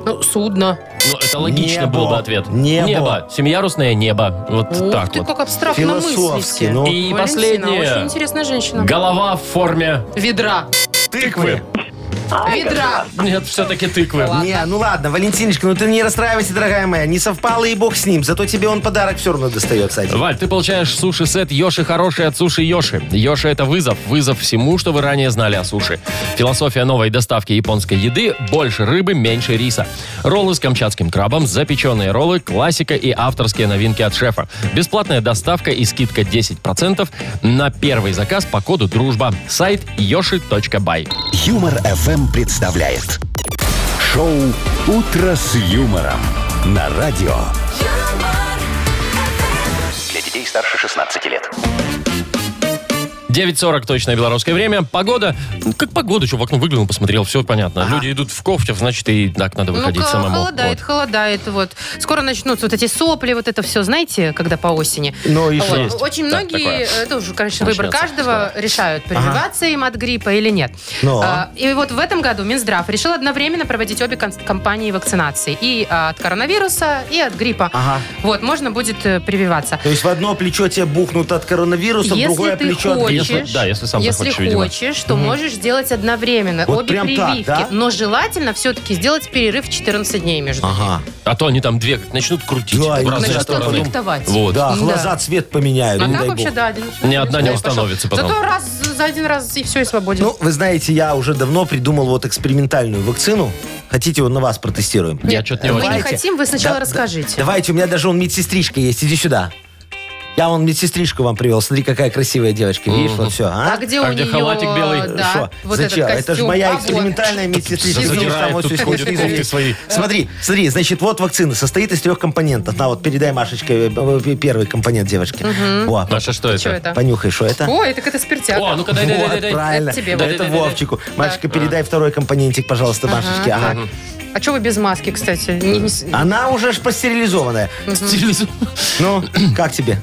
S3: Ну, судно.
S2: Ну, это логично
S4: Небо.
S2: был бы ответ.
S4: Небо.
S2: Семиярусное небо. Вот
S3: Ух
S2: так
S3: ты,
S2: вот.
S3: как абстрактно
S4: Философски,
S3: мыслите.
S2: И
S4: ну.
S3: Валентина, Очень
S2: последнее.
S3: интересная женщина.
S2: Голова в форме.
S3: Ведра.
S4: Тыквы.
S3: Ведра.
S2: Нет, все-таки тыквы.
S3: Ладно.
S4: Не, ну ладно, Валентиночка, ну ты не расстраивайся, дорогая моя. Не совпало и бог с ним. Зато тебе он подарок все равно достается один.
S2: Валь, ты получаешь суши-сет Йоши Хороший от Суши Йоши. Йоши – это вызов. Вызов всему, что вы ранее знали о суши. Философия новой доставки японской еды – больше рыбы, меньше риса. Роллы с камчатским крабом, запеченные роллы, классика и авторские новинки от шефа. Бесплатная доставка и скидка 10% на первый заказ по коду «Дружба». Сайт yoshi.by.
S1: Юмор FM представляет шоу Утро с юмором на радио.
S8: Для детей старше 16 лет.
S2: 9.40 точное белорусское время. Погода, ну, как погода, что в окно выглянул, посмотрел, все понятно. Люди идут в кофтах, значит, и так надо выходить
S3: Ну-ка,
S2: самому.
S3: холодает,
S2: Вот.
S3: холодает. Вот. Скоро начнутся вот эти сопли, вот это все, знаете, когда по осени.
S4: Ну и
S3: Вот.
S4: что?
S2: Есть.
S3: Очень
S2: Так,
S3: многие, э,
S2: такое.
S3: это уже, конечно, выбор
S2: Начнется
S3: каждого, решают, прививаться им от гриппа или нет.
S4: Ну.
S3: А, и вот в этом году Минздрав решил одновременно проводить обе кон- кампании вакцинации. И а, от коронавируса, и от гриппа.
S4: Ага.
S3: Вот, можно будет э, прививаться.
S4: То есть в одно плечо тебе бухнут от коронавируса, в
S3: Если
S4: другое
S3: ты
S4: плечо от гри-
S3: хочешь,
S2: Если- да, если сам
S3: если
S2: захочешь, видимо.
S3: хочешь, то можешь сделать одновременно
S4: Вот
S3: обе
S4: прям так,
S3: прививки.
S4: да?
S3: Но желательно все-таки сделать перерыв в 14 дней между
S4: Ага.
S2: А то они там две как начнут крутить
S4: Да,
S2: в
S4: и
S2: разные
S4: начнут
S2: стороны.
S3: конфликтовать.
S2: Вот.
S4: Да,
S3: Да.
S4: глаза цвет поменяют,
S3: А
S4: не
S3: так
S4: дай
S3: вообще,
S4: бог.
S3: да, один
S2: Ни одна не
S3: Ой, пошел.
S2: остановится потом.
S3: Зато раз за один раз и все, и свободен.
S4: Ну, вы знаете, я уже давно придумал вот экспериментальную вакцину. Хотите, его на вас протестируем?
S2: Я что-то не
S3: мы
S2: очень.
S3: не хотим, вы сначала
S4: Да, да.
S3: расскажите.
S4: Давайте, у меня даже он медсестричка есть. Иди сюда. Я вон медсестричку вам привел. Смотри, какая красивая девочка. Видишь, вот все. А,
S3: А где
S2: А
S3: у
S2: где
S3: нее,
S2: халатик белый?
S3: Да,
S4: Шо?
S3: вот
S4: Зачем?
S3: этот
S4: Это же
S3: костюм. А
S4: моя
S3: вот.
S4: экспериментальная медсестррица.
S2: Задирает
S4: Видишь, там вот
S2: тут
S4: всё
S2: ходит,
S4: снизу.
S2: кофты свои.
S4: Смотри, смотри, значит, вот вакцина состоит из трех компонентов. На, вот передай Машечке э, э, первый компонент девочки. Во,
S2: Маша, что
S3: Что
S2: это?
S3: это?
S4: понюхай, что это?
S3: Ой, так это спиртяк.
S2: О, ну-ка, дай, дай,
S4: Вот,
S2: дай, дай, дай.
S4: правильно.
S3: Это тебе.
S4: Да,
S3: Да,
S4: это
S3: да, да, да.
S4: Вовчику. Машечка, передай второй компонентик, пожалуйста, Машечке. Ага.
S3: А что вы без маски, кстати? Не- не с-
S4: Она уже ж постерилизованная.
S2: Стерилизу- <laughs>
S4: Ну, <clears throat> как тебе?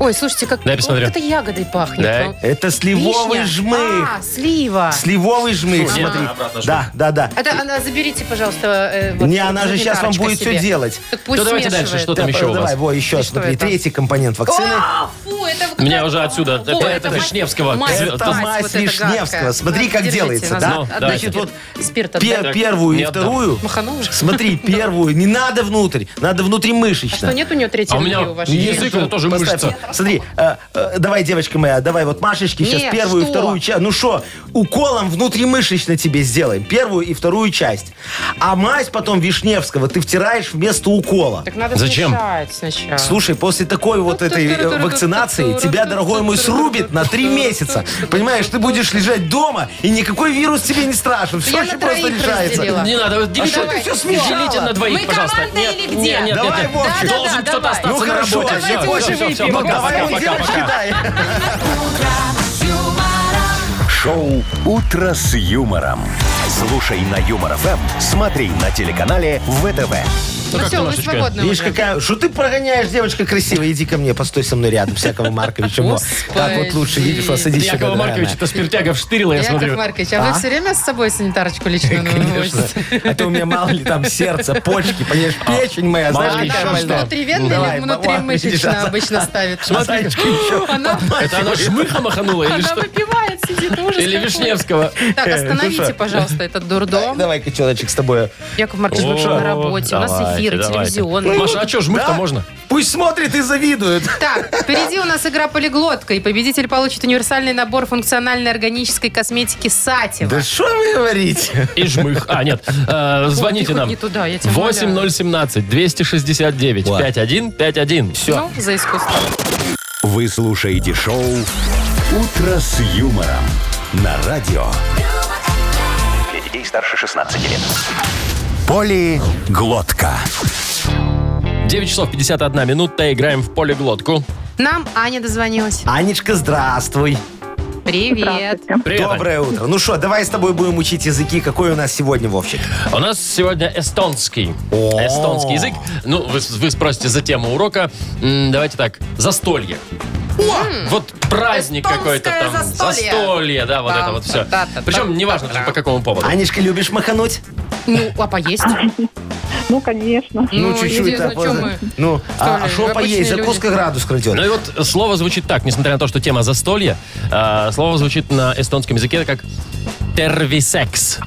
S3: Ой, слушайте, как
S2: Дай посмотрю.
S3: вот это ягодой пахнет.
S2: Дай.
S3: Ну,
S4: Это сливовый
S3: вишня.
S4: жмых.
S3: А, слива.
S4: Сливовый жмых,
S2: Фу, нет,
S4: смотри.
S2: она А, обратно
S4: Да, да, да.
S3: Это она, заберите, пожалуйста. э, вот
S4: Не, она же сейчас вам
S3: санитарочка
S4: будет
S3: себе.
S4: все делать.
S3: Так пусть
S2: Ну, давайте
S3: смешивает.
S2: дальше, что там
S4: Да,
S2: еще у
S4: Давай,
S2: вас?
S4: во, еще,
S3: И что
S4: смотри,
S3: это?
S4: третий компонент вакцины.
S3: А, фу, это какая-
S2: Меня уже отсюда.
S3: О,
S2: Это- это
S3: мать-
S2: Вишневского.
S3: мать-
S2: Это
S3: мать
S4: мать
S3: вот эта
S4: Вишневского.
S3: гадкая.
S4: Смотри, как
S3: Держите,
S4: делается,
S3: на-
S4: да?
S3: Ну,
S2: Отдайте.
S4: Значит, вот
S3: Спирт
S4: пе-
S3: отдай.
S4: первую
S2: Не
S4: и
S2: отдам.
S4: вторую.
S3: Маханула же. <laughs>
S4: Смотри, первую не надо внутрь, надо
S3: А
S4: внутримышечно.
S3: что, нет у нее
S2: А
S3: третьего
S2: у меня
S3: ноги у вашей?
S2: язык это тоже
S4: Поставь.
S2: мышца.
S4: Смотри, э, э, давай, девочка моя, давай вот Машечке сейчас
S3: Нет,
S4: первую и
S3: что?
S4: вторую часть. Ну что, уколом внутримышечно тебе сделаем. Первую и вторую часть. А мазь потом Вишневского ты втираешь вместо укола.
S3: Так надо
S2: Зачем?
S3: смешать сначала.
S4: Слушай, после такой вот этой э, вакцинации тебя, дорогой мой, срубит на три месяца. Понимаешь, ты будешь лежать дома, и никакой вирус тебе не страшен. Все
S3: Я
S4: очень
S3: на
S4: просто
S3: троих
S4: решается.
S3: разделила.
S2: Не надо. вот делите-
S4: А что ты всё смешала?
S2: Делите на двоих,
S3: Мы
S2: пожалуйста.
S3: команда
S2: Нет,
S3: или
S2: нет,
S3: где?
S2: Нет, нет,
S4: Давай,
S2: нет.
S4: Вовчик.
S3: Да, да,
S2: Должен кто-то
S3: давай.
S4: Ну
S2: остаться на
S4: хорошо, ну,
S2: работе. Всё,
S4: давайте
S2: всё,
S4: больше
S2: всё, всё,
S4: выпьем.
S2: пока,
S4: Давай,
S2: пока,
S4: вон
S2: пока,
S4: девочки,
S2: пока.
S4: да.
S1: Шоу Шоу «Утро с юмором». Слушай на Юмор ФМ, смотри на телеканале ВТВ.
S3: Ну,
S2: как
S3: все,
S2: ты,
S3: вы
S2: Машечка?
S3: свободны
S4: Видишь,
S3: уже.
S4: какая... Что ты прогоняешь, девочка красивая? Иди ко мне, постой со мной рядом, Всякого Марковича. Во, Так вот лучше, видишь, вот садись сюда,
S2: Якова
S4: дорогая
S2: Марковича
S4: моя.
S2: это спиртяга вштырила, я
S3: Яков
S2: смотрю.
S3: Маркович, а, вы все время с собой санитарочку личную
S4: Конечно.
S3: носите?
S4: А то у меня мало ли там сердце, почки, понимаешь, печень моя,
S2: А, мало
S4: знаешь,
S2: ли
S4: какая
S2: еще Ну,
S3: Она
S2: что. Ну,
S4: больная. Ну,
S3: внутривенно
S4: Давай,
S3: или
S4: видишь,
S3: внутримышечно
S4: а-
S3: обычно ставит?
S4: А зайчик еще
S3: Она,
S2: Это она шмыха маханула или
S3: она
S2: что?
S3: выпивает, сидит, ужас
S2: Или
S3: какой.
S2: Вишневского.
S3: Так, остановите, пожалуйста, этот дурдом.
S4: Давай, котеночек, с тобой.
S3: Яков Маркович, вы
S2: О,
S3: уже на работе, у нас
S2: давайте,
S3: эфиры
S2: давайте.
S3: телевизионные.
S2: Маша, а что, жмых-то
S4: Да?
S2: можно?
S4: Пусть смотрит и завидует.
S3: Так, впереди у нас игра полиглотка, и победитель получит универсальный набор функциональной органической косметики Сатева.
S4: Да что вы говорите?
S2: И жмых. А, нет. Э, Звоните
S3: хоть
S2: нам.
S3: не туда, я тебя умоляю.
S2: 8017 269
S4: Ладно.
S2: 5151. Все.
S3: Ну, за искусство.
S1: Вы слушаете шоу «Утро с юмором» на радио.
S8: Для детей старше 16 лет.
S1: Полиглотка.
S2: 9 часов 51 минута. Играем в полиглотку.
S3: Нам Аня дозвонилась.
S4: Анечка, здравствуй.
S3: Привет.
S7: Здравствуйте.
S2: Привет. Ань.
S4: Доброе утро. Ну что, давай с тобой будем учить языки. Какой у нас сегодня, Вовчик?
S2: У нас сегодня эстонский.
S4: О.
S2: Эстонский язык. Ну, вы, вы спросите за тему урока. М, давайте так. Застолье. Вот праздник
S3: Эстонское
S2: какой-то там.
S3: застолье.
S2: Застолье, да, вот
S3: Там,
S2: это вот все.
S3: та-та-та-та.
S2: Причем неважно, по какому поводу.
S4: Анечка, любишь махануть?
S3: Ну, а поесть?
S7: Ну, конечно.
S3: интересно,
S4: так,
S3: чё
S4: вот.
S3: мы?
S4: Ну, а
S3: ли,
S4: что
S3: обычные
S4: поесть?
S3: люди?
S4: Закуска градус крадет.
S2: Ну и вот слово звучит так, несмотря на то, что тема застолье, э, слово звучит на эстонском языке как тервисекс.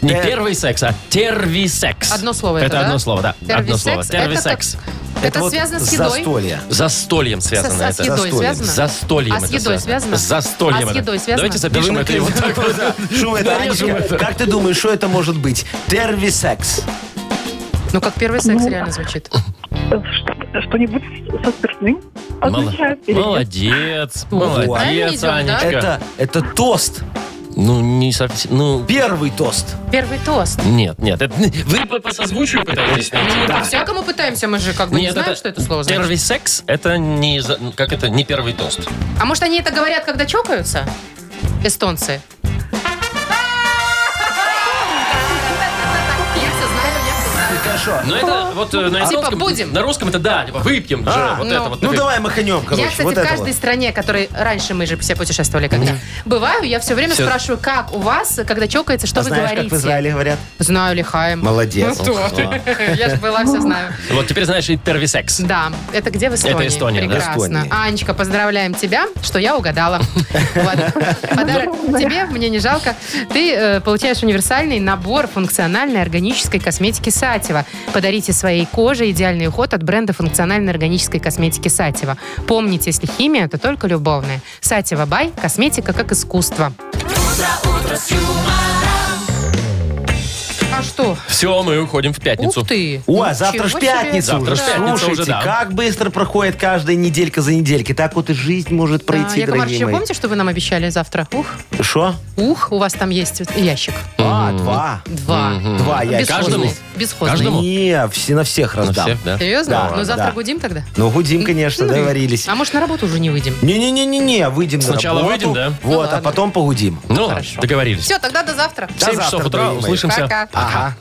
S2: Не
S4: Тер-
S2: первый секс, а тервисекс.
S3: Одно слово это,
S2: Это
S3: да?
S2: одно слово, да. Одно
S3: Тервисекс?
S2: слово.
S3: Это как-
S2: Тервисекс.
S3: Это
S4: вот
S3: связано с едой?
S4: Застолье.
S2: Застольем
S3: Со-
S2: связано
S3: со-
S2: это.
S3: С едой
S4: Застолье.
S3: связано?
S2: С застольем
S3: А с
S2: это
S3: едой связано?
S2: С застольем
S3: А с
S2: это.
S3: едой связано?
S2: Давайте запишем это и вот так
S4: <laughs>
S2: вот.
S4: Что это,
S2: Нарежем это.
S4: Анечка? Как ты думаешь, что это может быть? Тервисекс.
S3: Ну, как первый секс реально звучит.
S7: Что- Что-нибудь со спиртным означает? или нет?
S2: Молодец,
S3: Правильно
S2: молодец,
S3: идем, да?
S2: Анечка.
S4: Это, это тост.
S2: Ну, не совсем, ну...
S4: Первый тост.
S3: Первый тост.
S2: Нет, нет, это- вы по по созвучию пытаетесь найти.
S3: Ну, Мы по-всякому пытаемся, мы же как бы не знаем, что это слово значит.
S2: Первый секс это не за- ну, как это не первый тост.
S3: А может, они это говорят, когда чокаются? Эстонцы. Я все знаю, я все знаю.
S4: Хорошо.
S2: Но это вот э, на
S3: Типа
S2: эстонском-
S3: будем.
S2: На русском это да, типа выпьем же,
S4: А,
S2: вот
S3: ну.
S2: это вот.
S4: Ну
S2: такой-
S4: давай маханем, короче.
S3: Я, кстати,
S4: вот
S3: в
S4: это
S3: каждой
S4: вот.
S3: стране, которой раньше мы же все путешествовали когда, бываю, я все время
S2: Всё.
S3: спрашиваю, как у вас, когда чокается, что
S4: А
S3: вы
S4: знаешь,
S3: говорите?
S4: как в Израиле говорят?
S3: Знаю, лихаем.
S4: Молодец.
S3: Ну что ты? <laughs> Я же была, все знаю.
S2: Вот теперь знаешь и первый секс.
S3: Да, это где в Эстонии?
S2: Это Эстония, да?
S3: Прекрасно.
S4: Эстония.
S3: Анечка, поздравляем тебя, что я
S4: <laughs>
S3: угадала. Вот. Подарок тебе, мне не жалко. Ты э, получаешь универсальный набор функциональной органической косметики Сатева. Подарите своей коже идеальный уход от бренда функциональной органической косметики Сатева. Помните, если химия, то только любовная. Сатева Бай. Косметика как искусство. А что?
S2: Все, мы уходим в пятницу.
S3: Ух ты!
S4: О, а
S3: Ничего
S4: завтра ж
S3: себе.
S4: пятница
S2: Завтра ж
S4: уже.
S2: пятница
S4: Слушайте,
S2: уже, да.
S4: как быстро проходит каждая неделька за неделькой. Так вот и жизнь может
S3: Да,
S4: пройти,
S3: А, Яков Маркович,
S4: дорогие
S3: вы
S4: мои.
S3: помните, что вы нам обещали завтра? Ух,
S4: Что?
S3: ух, у вас там есть ящик.
S4: А, два.
S3: Два.
S4: Два А я
S2: Каждому?
S3: Бесхозный.
S2: Каждому?
S4: Не, все на всех
S2: На
S4: раздам.
S2: всех, да.
S3: Серьезно?
S4: Да,
S3: ну завтра
S4: да.
S3: гудим тогда?
S4: Ну, гудим, конечно,
S3: Ну и-
S4: договорились.
S3: А может, на работу уже не выйдем?
S4: Не-не-не-не, выйдем на
S2: Сначала
S4: работу.
S2: выйдем, да?
S4: Вот,
S3: Ну
S4: а
S3: ладно.
S4: потом погудим.
S2: Ну, договорились.
S3: Все, тогда до завтра.
S2: В 7
S4: завтра,
S2: часов утра
S4: дорогие мои.
S2: услышимся.
S3: Пока.
S4: Ага.